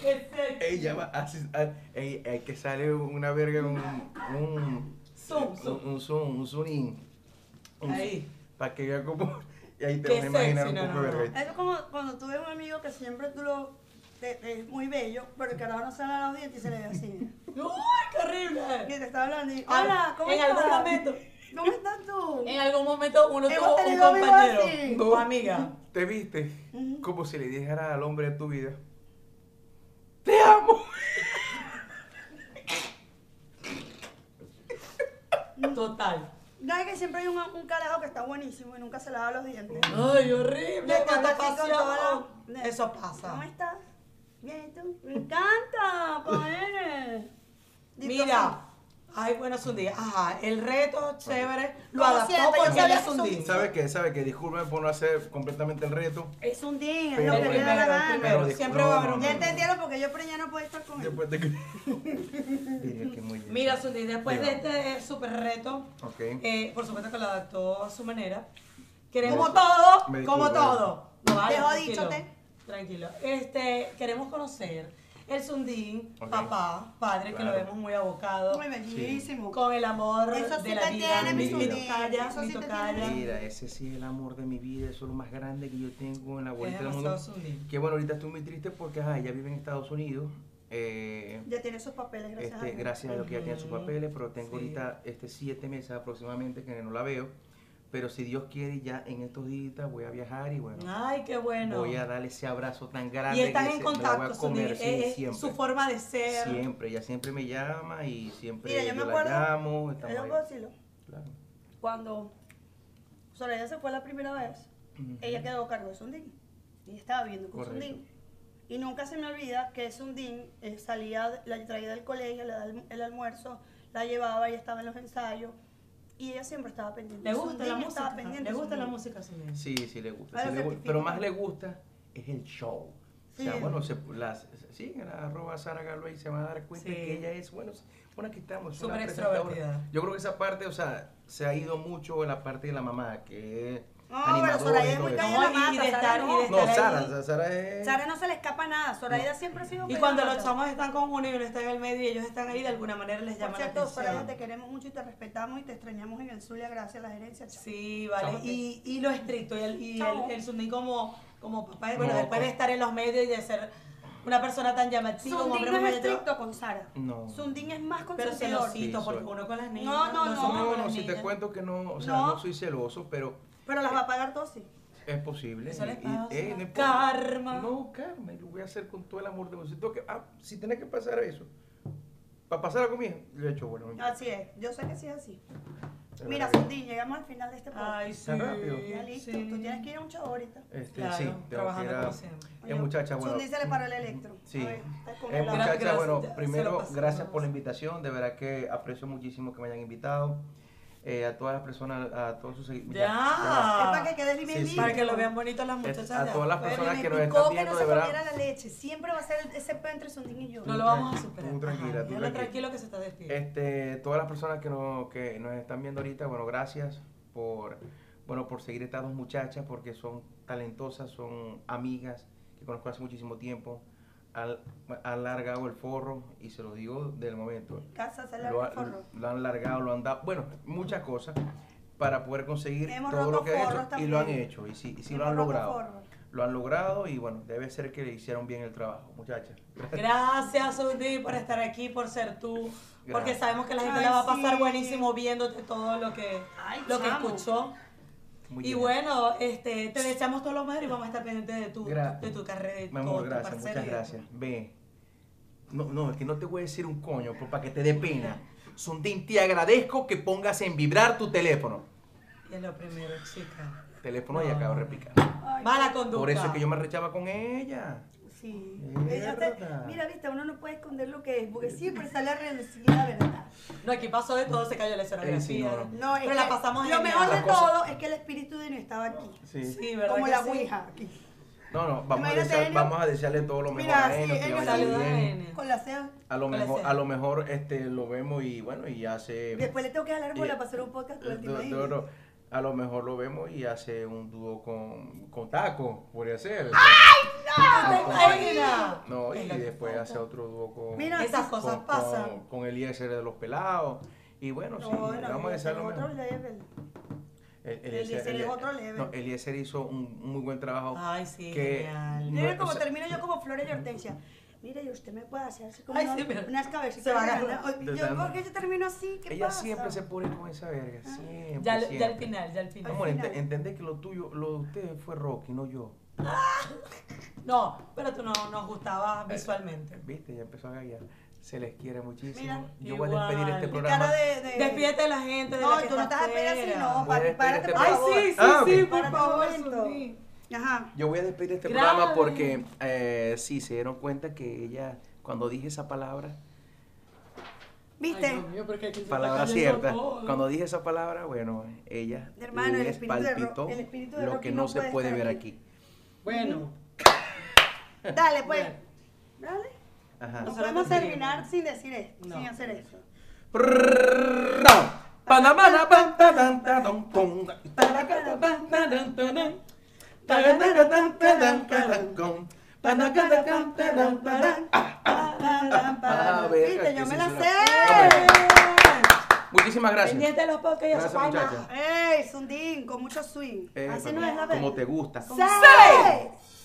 S3: Que se-
S1: Ella va así, ah, ey, hay que sale una verga en un, un
S3: Zoom,
S1: un,
S3: zoom.
S1: un zoom, un zoom in, un
S3: Ahí.
S1: para que vea como y ahí te
S3: Qué
S1: vas a imaginar
S3: sexy,
S1: un
S3: no,
S1: poco de
S3: no,
S1: verga.
S2: Eso es como cuando tú ves un amigo que siempre tú lo. te- te- es muy bello, pero que ahora no se la dientes y se le ve así. mira.
S3: ¡Uy, qué horrible!
S2: Y te está hablando y.
S3: Ay,
S2: Hola, ¿cómo
S3: Ah, en
S2: estás?
S3: algún momento, Eh.
S2: ¿Cómo estás tú?
S3: en algún momento uno
S2: Hemos
S3: tuvo un
S2: tenido amigos así.
S3: compañero
S1: No.
S3: o amiga.
S1: Te viste
S2: Ujú.
S1: como si le dijera al hombre de tu vida, te amo.
S3: Total.
S2: No es que siempre hay un, un carajo que está buenísimo y nunca se lava los dientes.
S3: Ay, horrible.
S2: Le
S3: cuánta
S2: habla así con
S3: pasión.
S2: toda la-
S3: Eso
S2: ¿Cómo
S3: pasa.
S2: estás? Bien, ¿y tú? Me encanta, padre.
S3: Mira. Ay, bueno, es un día. Ajá, el reto chévere. Lo
S2: Como
S3: adaptó
S2: siempre, yo
S3: porque
S2: sabía
S3: él es
S2: que
S3: un
S2: son-
S3: día.
S1: ¿Sabe qué? ¿Sabe qué? Disculpen por no hacer completamente el reto.
S2: Es un ding, es
S1: Pero
S2: lo que
S3: El
S2: le da la
S3: primero, el
S2: gana.
S3: primero.
S1: Pero
S3: Siempre
S1: no,
S3: va a haber un
S1: no,
S2: Ya
S1: no.
S3: primero.
S2: entendieron porque yo por ya no puedo estar con él.
S1: Después de que... Mira, que muy bien.
S3: Mira, Sundi, después
S1: Mira.
S3: de este super reto,
S1: Ok.
S3: eh, por supuesto que lo adaptó a su manera. Queremos
S1: Como
S3: todo,
S1: me
S3: como
S1: disculpo.
S3: todo. No, vale,
S2: Dejo
S3: tranquilo,
S2: dichote.
S3: Tranquilo. Este, queremos conocer el Sundín,
S1: Ok.
S3: papá, padre, que lo
S1: Claro.
S3: vemos muy abocado.
S2: Muy bellísimo.
S3: Con el amor
S2: Eso sí
S3: de la
S2: te
S3: vida.
S2: tiene,
S1: mi
S3: mi
S1: Sundín,
S3: tocaya,
S2: eso
S3: mi
S2: sí te
S3: tocaya.
S2: tiene.
S1: Mira, ese sí es el amor de mi vida, eso es lo más grande que yo tengo en la vuelta del
S3: demasiado
S1: mundo.
S3: Sundín.
S1: Que bueno, ahorita estoy muy triste porque ajá, ella vive en Estados Unidos. Eh,
S2: Ya tiene sus papeles, gracias
S1: este,
S2: a Dios.
S1: gracias a Dios que ya tiene sus
S3: Ujú.
S1: papeles, pero tengo
S3: Sí.
S1: ahorita este, siete meses aproximadamente que no la veo. Pero si Dios quiere, ya en estos días voy a viajar y bueno,
S3: Ay, qué bueno.
S1: voy a darle ese abrazo tan grande.
S3: y están
S1: que
S3: en
S1: se- me lo voy a
S3: contacto, Sundín.
S1: comer,
S3: Es,
S1: sí,
S3: es
S1: siempre.
S3: su forma de ser.
S1: Siempre, ella siempre me llama y siempre
S2: Mira, yo me
S1: la
S2: acuerdo-
S1: llamo.
S2: Yo
S1: estamos ahí.
S2: puedo decirlo.
S1: Claro.
S2: Cuando Soraya se fue la primera vez,
S1: Ujú.
S2: ella quedó a cargo de Sundin. Y estaba viviendo con
S1: Correcto.
S2: Sundin. Y nunca se me olvida que Sundin eh, salía, la traía del colegio, le daba el, el almuerzo, la llevaba y estaba en los ensayos. Y ella siempre estaba pendiente.
S3: Le gusta la
S2: Sundin estaba
S3: música.
S2: pendiente
S3: Le
S2: de
S3: gusta la
S2: Sundin.
S3: música, Sundín.
S1: Sí, sí le gusta.
S2: Ahora
S1: sí le gu-
S2: certifica.
S1: pero más le gusta es el show. O sea,
S2: Sí.
S1: bueno, se, las, sí, la arroba Sara Galo ahí se van a dar cuenta
S3: Sí.
S1: que ella es, bueno, bueno, aquí estamos. es una
S3: Súper
S1: presentadora.
S3: extrovertida.
S1: Yo creo que esa parte, o sea, se ha ido mucho en la parte de la mamá, que es
S2: No,
S1: animadora
S2: pero Soraya
S1: y
S2: es
S1: todo
S2: muy
S1: eso.
S3: callada.
S2: callada.
S3: No, y de estar- y de-
S2: No,
S1: No,
S3: Estar ahí.
S1: Sara, o sea, Sara es...
S2: Sara no se le escapa nada. Soraya siempre ha sido
S3: Y
S2: callada
S3: cuando
S2: mata.
S3: los chamos están con uno y uno está en el medio y ellos están ahí, de alguna manera les
S2: Por
S3: llama la
S2: cierto, Soraya, te
S3: atención.
S2: queremos mucho y te respetamos y te extrañamos en el Zulia, gracias a la gerencia. chao.
S3: Sí, vale.
S1: Chamo,
S3: Y, y lo estricto, y el, y
S2: Chamo.
S3: el, el Sundín como, como papá, bueno,
S1: No, pues.
S3: después de
S1: con-
S3: estar en los medios y de ser una persona tan llamativa, un
S2: Sundin
S3: hombre
S2: no
S3: muy
S2: es
S3: bello,
S2: estricto con Sara.
S1: No.
S2: Sundin es más
S3: pero
S2: consentidor.
S3: celosito,
S1: Sí,
S3: porque
S1: soy.
S3: uno con las niñas.
S2: No, no,
S3: nosotros
S1: No,
S3: con
S1: no,
S3: las
S1: si te
S3: niñas.
S1: cuento que no, o sea,
S2: No.
S1: no, soy celoso, pero
S2: Pero las va a pagar todas, sí.
S1: es posible.
S3: Eso les
S1: Y- y-
S3: pasa.
S1: eh, no importa.
S3: Karma.
S1: No, karma, y lo voy a hacer con todo el amor de Dios. Si, tengo que, ah, si tenés que pasar eso, para pasar la comida, yo he hecho bueno. no
S3: Ah,
S1: importa.
S2: Así es, yo sé que sí es así.
S1: Es
S2: Mira,
S1: verdad que-
S2: Sundin, llegamos al final de este podcast.
S3: Ay, sí.
S1: Tan pues, rápido.
S2: ya listo,
S3: sí.
S2: tú tienes que ir a un show ahorita.
S1: Este,
S3: Claro,
S1: sí, tengo que
S3: trabajando
S1: ir a-
S3: como siempre.
S1: Eh, muchacha, bueno.
S2: Sundin se le paró el electro.
S1: Sí.
S2: A ver, está con
S1: Eh,
S2: el-
S3: Gracias,
S1: muchacha, bueno,
S3: ya, se lo
S1: primero,
S3: pasamos.
S1: gracias por la invitación. De verdad que aprecio muchísimo que me hayan invitado. Eh, a todas las personas, a todos sus seguidores.
S3: Ya.
S2: Es para que quede
S1: Sí,
S2: bien
S1: sí.
S3: Para que lo vean bonito las muchachas.
S1: a
S3: ya.
S1: todas las
S2: Pero
S1: personas
S2: me
S1: que nos
S2: picó
S1: están
S2: que
S1: viendo,
S2: no
S1: de
S2: se
S1: verdad.
S2: comiera la leche. Siempre va a ser ese peo entre Sundin y yo.
S3: No lo vamos a superar.
S1: Tú tranquila,
S3: Ajá,
S1: tú
S3: déjalo
S1: tranquila.
S3: tranquilo que se está despidiendo.
S1: Este, todas las personas que nos, que nos están viendo ahorita, bueno, gracias por, bueno, por seguir estas dos muchachas porque son talentosas, son amigas que conozco hace muchísimo tiempo. Al- Ha alargado el forro y se lo digo del momento.
S2: Casa, se le
S1: lo,
S2: abre
S1: ha-
S2: el forro.
S1: lo han largado, lo han dado, bueno, muchas cosas para poder conseguir
S2: Hemos
S1: todo
S2: roto
S1: lo que han
S2: forros
S1: hecho y lo han
S2: también.
S1: hecho y sí, y sí
S2: Hemos
S1: lo han
S2: roto
S1: logrado.
S2: forros.
S1: Lo han logrado y bueno, debe ser que le hicieron bien el trabajo, muchachas.
S3: Gracias, Undi, por estar aquí, por ser tú. Porque
S1: Gracias.
S3: sabemos que la gente
S2: Ay,
S3: la va a pasar
S2: sí.
S3: buenísimo viéndote todo lo que,
S2: Ay,
S3: lo que
S2: chamo.
S3: escuchó.
S1: Muy
S3: y
S1: bien.
S3: bueno, este, te deseamos todo lo mejor y vamos a estar pendientes de tu,
S1: Gra-
S3: de tu carrera. de
S1: Mi
S3: todo,
S1: amor,
S3: tu
S1: gracias,
S3: parcela
S1: muchas
S3: y de-
S1: gracias. Ve. No, no, es que no te voy a decir un coño, por- para que te dé pena. Sundin, te agradezco que pongas en vibrar tu teléfono.
S3: Y es lo primero, chica.
S1: Teléfono y
S3: No.
S1: acabo de replicar.
S2: Ay,
S3: Mala conducta.
S1: Por eso es que yo me rechaba con ella.
S2: Sí.
S1: Mierda.
S2: Ella se- mira, viste, uno no puede esconder lo que es, porque siempre sale a relucir la verdad.
S3: No, aquí pasó de todo, se cayó la escenografía.
S1: Eh, sí, no, no.
S2: No, es
S3: pero
S2: que
S3: la pasamos
S2: Lo
S3: genial.
S2: mejor de
S1: Las cosas-
S2: todo es que el espíritu de Dios estaba aquí.
S3: Sí, ¿verdad
S2: Como
S3: que
S2: la
S3: sí?
S2: Ouija. aquí.
S1: No, no, vamos a,
S2: Imagínate,
S1: desear-
S2: Enio.
S1: vamos a desearle todo lo mejor
S2: Mira,
S1: a
S2: sí,
S1: Enio, que le
S2: Enio
S1: vaya
S3: saluda a
S1: bien.
S3: Enio.
S2: Con la seda.
S1: A lo
S3: Con la
S1: mejor,
S3: seda.
S1: a lo mejor este, lo vemos y bueno, y hace... eh,
S2: Después le tengo que jalar
S1: y-
S2: bola para hacer un podcast con el
S1: no,
S2: Timahí.
S1: no, no, a lo mejor lo vemos y hace un dúo con, con Taco, podría ser.
S3: ¡Ah, Reina!
S1: No, y
S3: Es la-
S1: después hace otro dúo con...
S2: Mira,
S3: Esas
S2: sí,
S3: cosas
S1: con,
S3: pasan.
S1: Con, con el ISR de los pelados. Y bueno, sí,
S2: No, no,
S1: vamos a
S2: es
S1: desear lo
S2: otro
S1: mejor.
S2: level.
S1: El,
S2: el ISR es otro Ah, level.
S1: No, el ISR hizo un muy buen trabajo.
S3: Ay, sí,
S1: Que-
S3: genial.
S2: Mira
S1: No,
S2: como
S1: o sea-
S2: termino yo como Flores y Hortensia. Mira, y usted me puede hacer así como
S3: Ay,
S2: una-
S3: sí, pero-
S2: unas cabecitas.
S3: se va a
S2: de
S3: agarrar.
S2: gana.
S1: De
S2: Yo,
S1: tal-
S2: ¿por qué yo termino así? ¿Qué
S1: Ella
S2: pasa? Ah,
S1: siempre se pone con esa verga, siempre.
S3: Ya, al- ya al
S1: siempre.
S3: final, ya al final.
S1: Amor,
S2: Al
S1: ente-
S2: final.
S1: entendé que lo tuyo, lo de ustedes fue Rocky, no yo.
S3: No, pero tú no nos gustabas visualmente.
S1: Eh. Viste, ya empezó a gallar. Se les quiere muchísimo.
S2: Mira,
S1: Yo voy a despedir
S3: igual.
S1: este
S3: Mi
S2: Mi
S1: programa.
S2: cara de. de...
S3: Despídete de la gente. De
S2: No,
S3: la que
S2: tú no
S3: está
S2: estás a esperar así,
S3: afuera.
S2: no.
S1: Voy a
S2: pa- Párate,
S1: despedirte,
S2: por
S1: por
S3: Ay,
S2: favor.
S3: sí, sí,
S1: Ah,
S3: sí,
S1: ok.
S3: por
S2: Párate un
S3: favor,
S2: momento.
S3: Susi.
S2: Ajá.
S1: Yo voy a despedir este
S3: Grave.
S1: programa porque eh, sí, se dieron cuenta que ella, cuando dije esa palabra,
S2: ¿Viste?
S3: Ay, Dios mío, pero es que aquí se está
S1: palabra
S3: cayendo
S1: cierta,
S3: todo.
S1: cuando dije esa palabra, bueno, ella
S2: Hermano, el
S1: les
S2: espíritu de Ro-
S1: palpitó
S2: el espíritu de
S1: lo
S2: Rocky
S1: que
S2: no
S1: no se
S2: puede
S1: puede
S2: estar
S1: ver
S2: aquí.
S1: aquí.
S3: Bueno,
S2: Dale, pues.
S3: Bien.
S2: Dale.
S1: Ajá.
S2: No
S3: Nosotros
S2: podemos
S3: también.
S2: terminar sin decir esto,
S3: No.
S2: sin hacer eso.
S1: Panamá, pan, pan, pan, tan, ton, ton, taraca, pan, tan, tan, tan, tan, taraca, tan, tan, tan, tan, con, panaca, tan, tan, tan, tan, tan. Ah, ah, verga,
S2: ¿Viste?
S1: que
S2: Yo me
S1: sí
S2: la
S1: se
S2: sé.
S1: Ah, Muchísimas gracias.
S3: pendiente de los podcasts y a
S1: Gracias,
S3: su vaina.
S1: muchachas.
S2: ¡Ey! Sundín, con mucho swing.
S1: Eh,
S2: Así no es la
S1: como
S2: verdad.
S1: te gusta.
S2: ¡Seis!